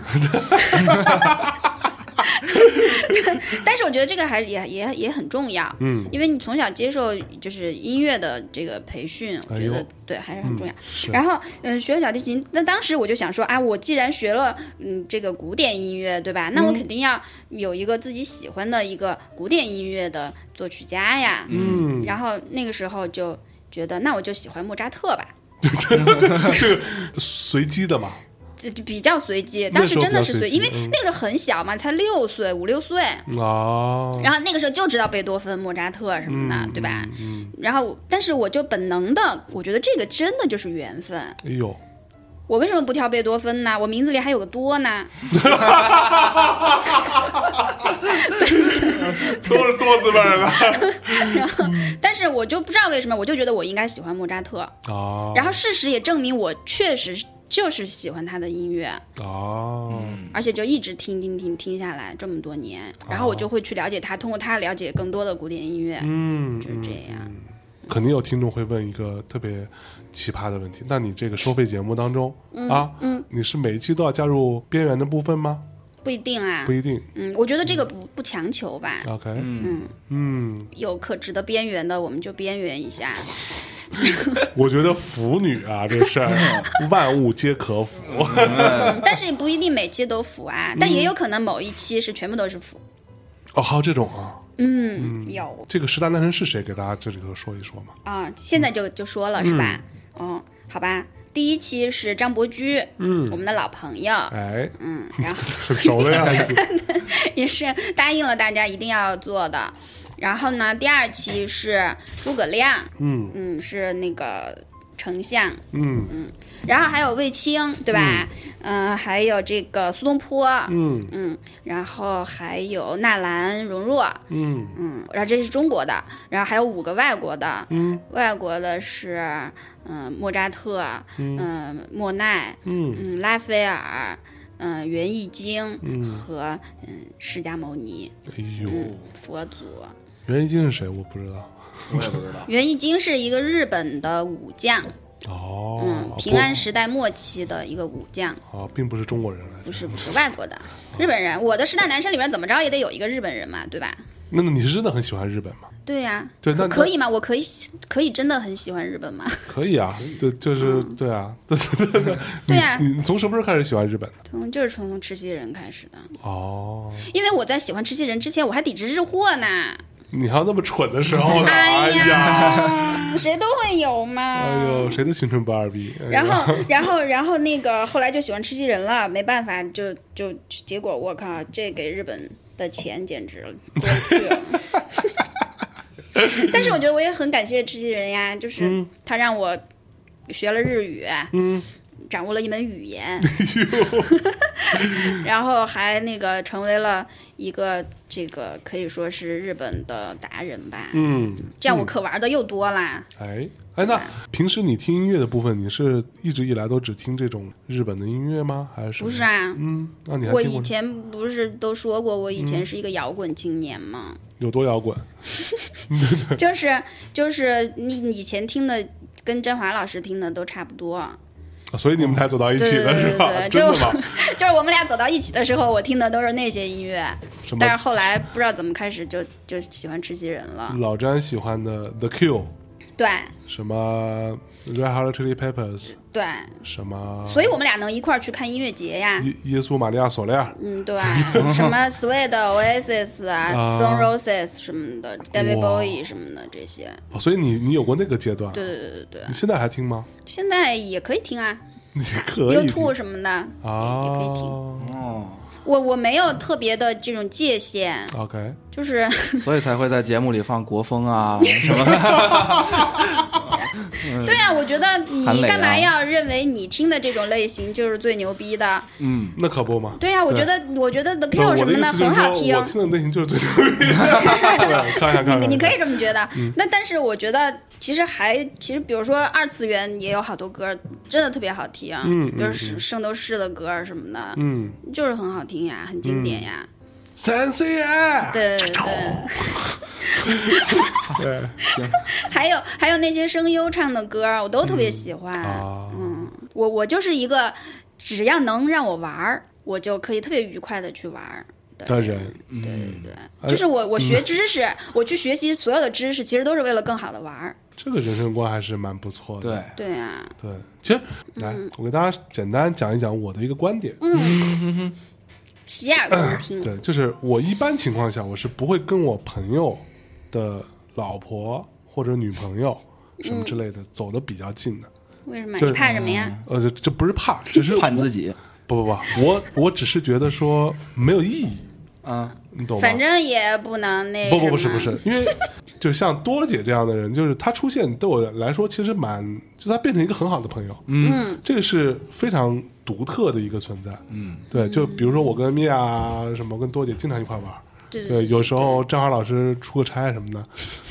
Speaker 2: 但是我觉得这个还是也也也很重要，
Speaker 3: 嗯，
Speaker 2: 因为你从小接受就是音乐的这个培训，我觉
Speaker 3: 哎
Speaker 2: 得
Speaker 3: 呦
Speaker 2: 对还是很重要。
Speaker 3: 是
Speaker 2: 然后，嗯，学了小提琴，那当时我就想说，啊，我既然学了，嗯，这个古典音乐，对
Speaker 3: 嗯
Speaker 2: 吧？那我肯定要有一个自己喜欢的一个古典音乐的作曲家呀。
Speaker 3: 嗯，
Speaker 2: 然后那个时候就觉得，那我就喜欢莫扎特吧，
Speaker 3: 这个随机的嘛，
Speaker 2: 就就比较随机。
Speaker 3: 那
Speaker 2: 当
Speaker 3: 时
Speaker 2: 时
Speaker 3: 候
Speaker 2: 真的
Speaker 3: 比较
Speaker 2: 是
Speaker 3: 随
Speaker 2: 随，
Speaker 3: 机
Speaker 2: 因为
Speaker 3: 嗯
Speaker 2: 那个时候很小嘛，才六岁五六岁。
Speaker 3: 啊，
Speaker 2: 然后那个时候就知道贝多芬、莫扎特什么的，
Speaker 3: 嗯
Speaker 2: 对吧？
Speaker 3: 嗯，
Speaker 2: 然后，但是我就本能的，我觉得这个真的就是缘分。
Speaker 3: 哎呦，
Speaker 2: 我为什么不挑贝多芬呢？我名字里还有个多呢。
Speaker 3: 都是多字辈儿的
Speaker 2: 但是我就不知道为什么，我就觉得我应该喜欢莫扎特。
Speaker 3: 啊，
Speaker 2: 然后事实也证明，我确实就是喜欢他的音乐，
Speaker 3: 啊，
Speaker 2: 而且就一直听听听听下来这么多年。
Speaker 3: 哦
Speaker 2: 然后我就会去了解他，通过他了解更多的古典音乐，
Speaker 3: 嗯，
Speaker 2: 就是这样。
Speaker 3: 肯定有听众会问一个特别奇葩的问题，那你这个收费节目当中啊，嗯，你是每一期都要加入边缘的部分吗？
Speaker 2: 不一定啊
Speaker 3: 不，一定
Speaker 2: 嗯，我觉得这个不不强求吧。
Speaker 3: ，OK，
Speaker 2: 嗯，
Speaker 3: 嗯，
Speaker 2: 有可值得边缘的，我们就边缘一下。
Speaker 3: 我觉得腐女啊，这 事儿万物皆可腐，
Speaker 2: 嗯但是也不一定每期都腐啊，但也有可能某一期是全部都是腐。
Speaker 3: 哦，还有这种啊，
Speaker 2: 嗯，有
Speaker 3: 这个十大男神是谁？给大家这里头说一说嘛，
Speaker 2: 啊，现在就就说了是吧？嗯，好吧。第一期是张伯驹，嗯，我们的老朋友，
Speaker 3: 哎，
Speaker 2: 嗯，然 后
Speaker 3: 很熟的样子，
Speaker 2: 也是答应了大家一定要做的。然后呢，第二期是诸葛亮，
Speaker 3: 嗯
Speaker 2: 嗯，是那个丞相，
Speaker 3: 嗯
Speaker 2: 然后还有卫青，对吧？嗯、还有这个苏东坡，
Speaker 3: 嗯
Speaker 2: 嗯，然后还有纳兰容若，
Speaker 3: 嗯
Speaker 2: 嗯，然后这是中国的，然后还有五个外国的，
Speaker 3: 嗯，
Speaker 2: 外国的是嗯、莫扎特，嗯、莫奈，
Speaker 3: 嗯
Speaker 2: 嗯拉斐尔，嗯、袁易经、和嗯释迦牟尼，
Speaker 3: 哎呦，
Speaker 2: 嗯佛祖。
Speaker 3: 袁一金是谁？我不知道。
Speaker 4: 我也不知道。
Speaker 2: 袁易经是一个日本的武将，
Speaker 3: 哦，
Speaker 2: 嗯，
Speaker 3: 不
Speaker 2: 平安时代末期的一个武将，
Speaker 3: 啊，并不是中国人来着
Speaker 2: 不是不是外国的日本人。我的十大男神里边怎么着也得有一个日本人嘛，对吧？
Speaker 3: 那那你是真的很喜欢日本吗？
Speaker 2: 对呀、
Speaker 3: 对，那
Speaker 2: 可可以吗？我可以喜可以真的很喜欢日本吗？
Speaker 3: 可以啊，对，就是对啊， 对对对对。
Speaker 2: 嗯对啊
Speaker 3: 你你从什么时候开始喜欢日本的？
Speaker 2: 从就是从吃鸡人开始的，
Speaker 3: 哦，
Speaker 2: 因为我在喜欢吃鸡人之前，我还抵制日货呢。
Speaker 3: 你还有那么蠢的时候呢？
Speaker 2: 哎
Speaker 3: 呀，
Speaker 2: 呀，谁都会有嘛。
Speaker 3: 哎呦，谁的青春不二逼？哎呦
Speaker 2: 然后，然后，然后那个后来就喜欢吃鸡人了，没办法，就就结果我靠，这给日本的钱简直了，多去了。 但是我觉得我也很感谢吃鸡人呀，就是他让我学了日语，
Speaker 3: 嗯，哎
Speaker 2: 掌握了一门语言， 然后还那个成为了一个这个可以说是日本的达人吧，
Speaker 3: 嗯，
Speaker 2: 这样我可玩的又多啦。
Speaker 3: 哎哎，那平时你听音乐的部分，你是一直以来都只听这种日本的音乐吗？还是
Speaker 2: 不是？啊，
Speaker 3: 嗯，那你还
Speaker 2: 我
Speaker 3: 听过嗯
Speaker 2: 以前不是都说过，我以前是一个摇滚青年吗？
Speaker 3: 有多摇滚？
Speaker 2: 就是就是你你以前听的跟振华老师听的都差不多，
Speaker 3: 啊所以你们才走到一起的是吧？
Speaker 2: 对对对对
Speaker 3: 真的吗？
Speaker 2: 就是我们俩走到一起的时候，我听的都是那些音乐，
Speaker 3: 什么
Speaker 2: 但是后来不知道怎么开始就就喜欢吃鸡人了。
Speaker 3: 老詹喜欢的 The Q，
Speaker 2: 对
Speaker 3: 什么 Red Hot Chili Peppers，
Speaker 2: 对，
Speaker 3: 什么
Speaker 2: 所以啊我们俩能一块儿去看音乐节呀。
Speaker 3: 耶耶稣玛利亚锁链儿，
Speaker 2: 嗯，对，什么 Suede、Oasis 啊、
Speaker 3: 啊
Speaker 2: s o n Roses 什么的，David
Speaker 3: 哇
Speaker 2: Bowie 什么的这些，
Speaker 3: 哦所以你你有过那个阶段，
Speaker 2: 对对对对对，
Speaker 3: 你现在还听吗？ 现
Speaker 2: 现在也可以听啊。
Speaker 3: 可以
Speaker 2: YouTube
Speaker 3: 听
Speaker 2: 什么的
Speaker 3: 啊，
Speaker 2: 也也可以听。
Speaker 4: 哦，
Speaker 2: 我我没有特别的这种界限，
Speaker 3: 啊 OK，
Speaker 2: 就是
Speaker 4: 所以才会在节目里放国风 啊什么
Speaker 2: 对啊，我觉得
Speaker 4: 韩
Speaker 2: 你
Speaker 4: 磊啊
Speaker 2: 干嘛要认为你听的这种类型就是最牛逼的？
Speaker 4: 嗯，
Speaker 3: 那可不嘛。
Speaker 2: 对啊，我觉得我觉得 The
Speaker 3: 不是
Speaker 2: Q 什
Speaker 3: 我的
Speaker 2: 么
Speaker 3: 意
Speaker 2: 的
Speaker 3: 思就是
Speaker 2: 很好
Speaker 3: 说，
Speaker 2: 听啊
Speaker 3: 我，听的类型就是最牛逼的。看看 看
Speaker 2: 你
Speaker 3: 看，嗯
Speaker 2: 你可以这么觉得。那但是我觉得其实还其实比如说二次元也有好多歌真的特别好听，
Speaker 3: 嗯
Speaker 2: 比如圣圣斗士的歌什么的，
Speaker 3: 嗯
Speaker 2: 就是很好听呀，很经典呀。
Speaker 3: 三 C 啊，
Speaker 2: 对对对， 还有还有那些声优唱的歌儿，我都特别喜欢。
Speaker 3: 啊，
Speaker 2: 嗯我我就是一个只要能让我玩儿，我就可以特别愉快的去玩儿。
Speaker 3: 的人，
Speaker 4: 嗯
Speaker 2: 对对
Speaker 3: 哎
Speaker 2: 对，就是我
Speaker 3: 嗯
Speaker 2: 我学知识，我去学习所有的知识，其实都是为了更好的玩儿。
Speaker 3: 这个人生观还是蛮不错的。
Speaker 4: 对
Speaker 2: 对啊，
Speaker 3: 对，其实来，
Speaker 2: 嗯
Speaker 3: 我给大家简单讲一讲我的一个观点。
Speaker 2: 洗耳恭听，
Speaker 3: 嗯对，就是我一般情况下我是不会跟我朋友的老婆或者女朋友什么之类的走的比较近的。
Speaker 2: 为什么？
Speaker 3: 对
Speaker 2: 你怕什么呀？
Speaker 3: 呃，这这不是怕，只 是
Speaker 4: 判 自己，
Speaker 3: 不不不，我我只是觉得说没有意义，
Speaker 4: 嗯，
Speaker 3: 你懂吗？
Speaker 2: 反正也不能那
Speaker 3: 不不不
Speaker 2: 什
Speaker 3: 是
Speaker 2: 么
Speaker 3: 不 是，因为就像多儿姐这样的人，就是她出现对我来说其实蛮，就她变成一个很好的朋友，嗯，这个是非常独特的一个存在，嗯，对，就比如说我跟米娅啊什么，跟多姐经常一块玩儿。
Speaker 2: 对对
Speaker 3: 对，有时候正好老师出个差什么的，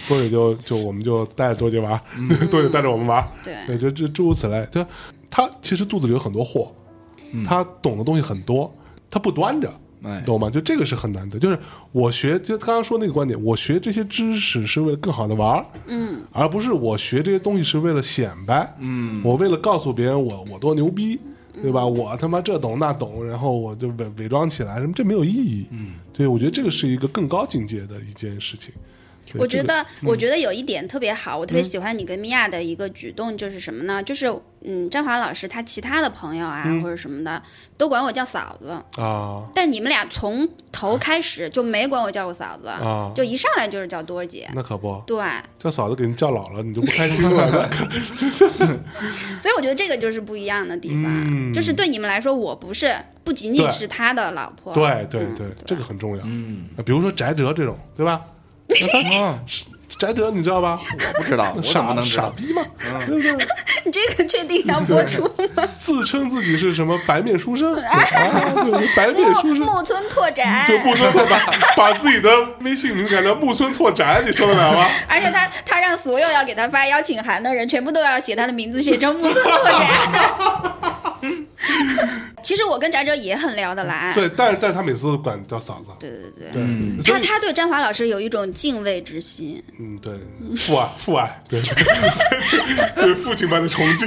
Speaker 3: 多姐就就我们就带着多姐玩儿， 多姐带着我们玩儿，
Speaker 2: 嗯对
Speaker 3: 对，就这诸如此类。就她其实肚子里有很多货，她懂的东西很多，她不端着，
Speaker 4: 哎
Speaker 3: 懂吗？就这个是很难得，就是我学，就刚刚说那个观点，我学这些知识是为了更好的玩儿，嗯，而不是我学这些东西是为了显摆，嗯，我为了告诉别人我我多牛逼，
Speaker 2: 嗯
Speaker 3: 对吧？我他妈这懂那懂，然后我就伪伪装起来，什么这没有意义，嗯，对，我觉得这个是一个更高境界的一件事情。对
Speaker 2: 我觉，
Speaker 3: 这个嗯
Speaker 2: 得，我觉得有一点特别好，我特别喜欢你跟米娅的一个举动，就是什么呢？就是嗯，张华老师他其他的朋友
Speaker 3: 嗯
Speaker 2: 啊，或者什么的，都管我叫嫂子，
Speaker 3: 啊
Speaker 2: 但是你们俩从头开始就没管我叫过嫂子，
Speaker 3: 啊
Speaker 2: 就一上来就是叫多儿姐。
Speaker 3: 那可不，
Speaker 2: 对，
Speaker 3: 叫嫂子给你叫老了，你就不开心 了。
Speaker 2: 所以我觉得这个就是不一样的地方，
Speaker 3: 嗯
Speaker 2: 就是对你们来说，我不是不仅仅
Speaker 3: 对
Speaker 2: 是他的老婆，
Speaker 3: 对对
Speaker 2: 嗯
Speaker 3: 对，这个很重要。嗯，比如说翟哲这种，对吧？
Speaker 4: 嗯
Speaker 3: 翟哲你知道吧？
Speaker 4: 不知道，我
Speaker 3: 傻
Speaker 4: 怎么能知
Speaker 3: 傻
Speaker 4: 道？
Speaker 3: 逼吗？对不对？
Speaker 2: 你 这个确定要播出
Speaker 3: 自称自己是什么白面书生啊？对白面
Speaker 2: 木
Speaker 3: 书生。
Speaker 2: 木村拓展，
Speaker 3: 就木村拓把把自己的微信名改成木村拓宅，你受得了吗？
Speaker 2: 而且他他让所有要给他发邀请函的人，全部都要写他的名字，写成木村拓哉。 其实我跟翟哲也很聊得来，
Speaker 3: 对，但是但是他每次都管叫嫂子，
Speaker 2: 对对对
Speaker 3: 对，所
Speaker 2: 他
Speaker 3: 以
Speaker 2: 他对张华老师有一种敬畏之心，
Speaker 3: 嗯，对，父爱父爱，对对对父亲般的崇敬，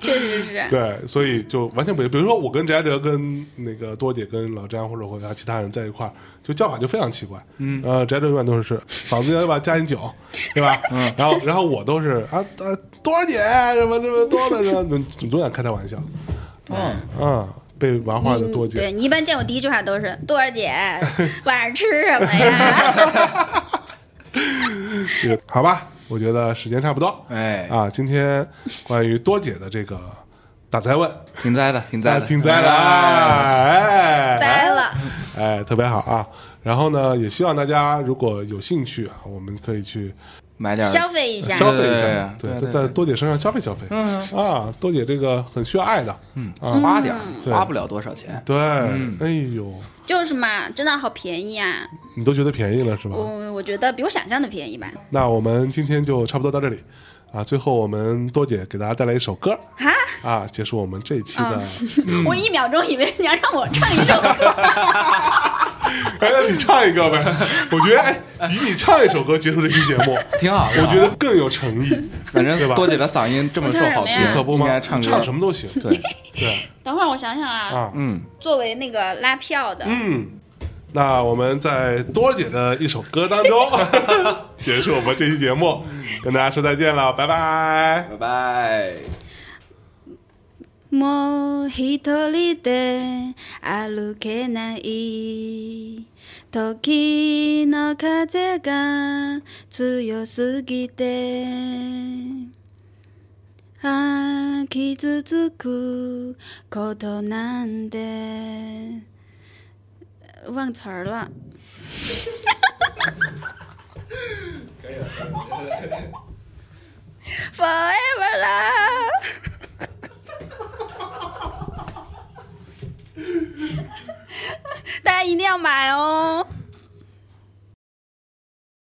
Speaker 2: 确实是。
Speaker 3: 对，所以就完全不一样。比如说我跟翟哲、跟那个多姐、跟老詹或者和其他人在一块儿，就叫法就非常奇怪。嗯，呃，翟哲永远都是嫂子要不要加点酒，对吧？嗯，然后然后我都是啊啊多少姐什么什么多少什么，总总想开他玩笑。嗯嗯，被玩坏的多
Speaker 2: 你
Speaker 3: 姐
Speaker 2: 对，你一般见我第一句话都是“多儿姐，晚上吃什么呀
Speaker 3: 这个好吧？我觉得时间差不多。
Speaker 4: 哎，
Speaker 3: 啊，今天关于多姐的这个大灾问，
Speaker 4: 挺栽的，挺
Speaker 3: 大家
Speaker 4: 栽的，
Speaker 3: 听灾了，啊哎，”，
Speaker 2: 栽了。
Speaker 3: 哎，特别好啊。然后呢，也希望大家如果有兴趣啊，我们可以去
Speaker 4: 买点儿
Speaker 2: 消费一下，
Speaker 3: 消费一下，
Speaker 4: 对
Speaker 3: 在
Speaker 4: 对对对嗯
Speaker 3: 在多姐身上消费消费，啊，多姐这个很需要爱的，嗯啊，
Speaker 4: 花点儿，
Speaker 3: 对
Speaker 4: 花不了多少钱。
Speaker 3: 对，
Speaker 4: 嗯
Speaker 3: 哎呦，
Speaker 2: 就是嘛，真的好便宜啊！
Speaker 3: 你都觉得便宜了是吧？
Speaker 2: 我我觉得比我想象的便宜吧。
Speaker 3: 那我们今天就差不多到这里，啊，最后我们多姐给大家带来一首歌，
Speaker 2: 哈，
Speaker 3: 啊，结束我们这一期的，
Speaker 4: 啊
Speaker 3: 嗯
Speaker 2: 我一秒钟以为你要让我唱一首歌。
Speaker 3: 哎，那你唱一个呗，我觉得哎，以你唱一首歌结束这期节目，
Speaker 4: 挺好，
Speaker 3: 我觉得更有诚意，
Speaker 4: 反正
Speaker 3: 对吧
Speaker 4: 多姐的嗓音这么受好评
Speaker 2: 我唱什么呀，
Speaker 3: 可不
Speaker 4: 嗯应该
Speaker 3: 吗？
Speaker 4: 唱
Speaker 3: 唱
Speaker 4: 歌
Speaker 3: 什？么都行，
Speaker 4: 对，
Speaker 3: 对
Speaker 2: 等会儿我想想啊，
Speaker 3: 啊，
Speaker 4: 嗯，
Speaker 2: 作为那个拉票的，
Speaker 3: 嗯，那我们在多儿姐的一首歌当中 结束我们这期节目，跟大家说再见了，拜拜。
Speaker 4: 拜拜。
Speaker 2: もう一人で歩けない時の風が強すぎてああ傷つくことなんて忘词儿了，Forever love。大家一定要买哦。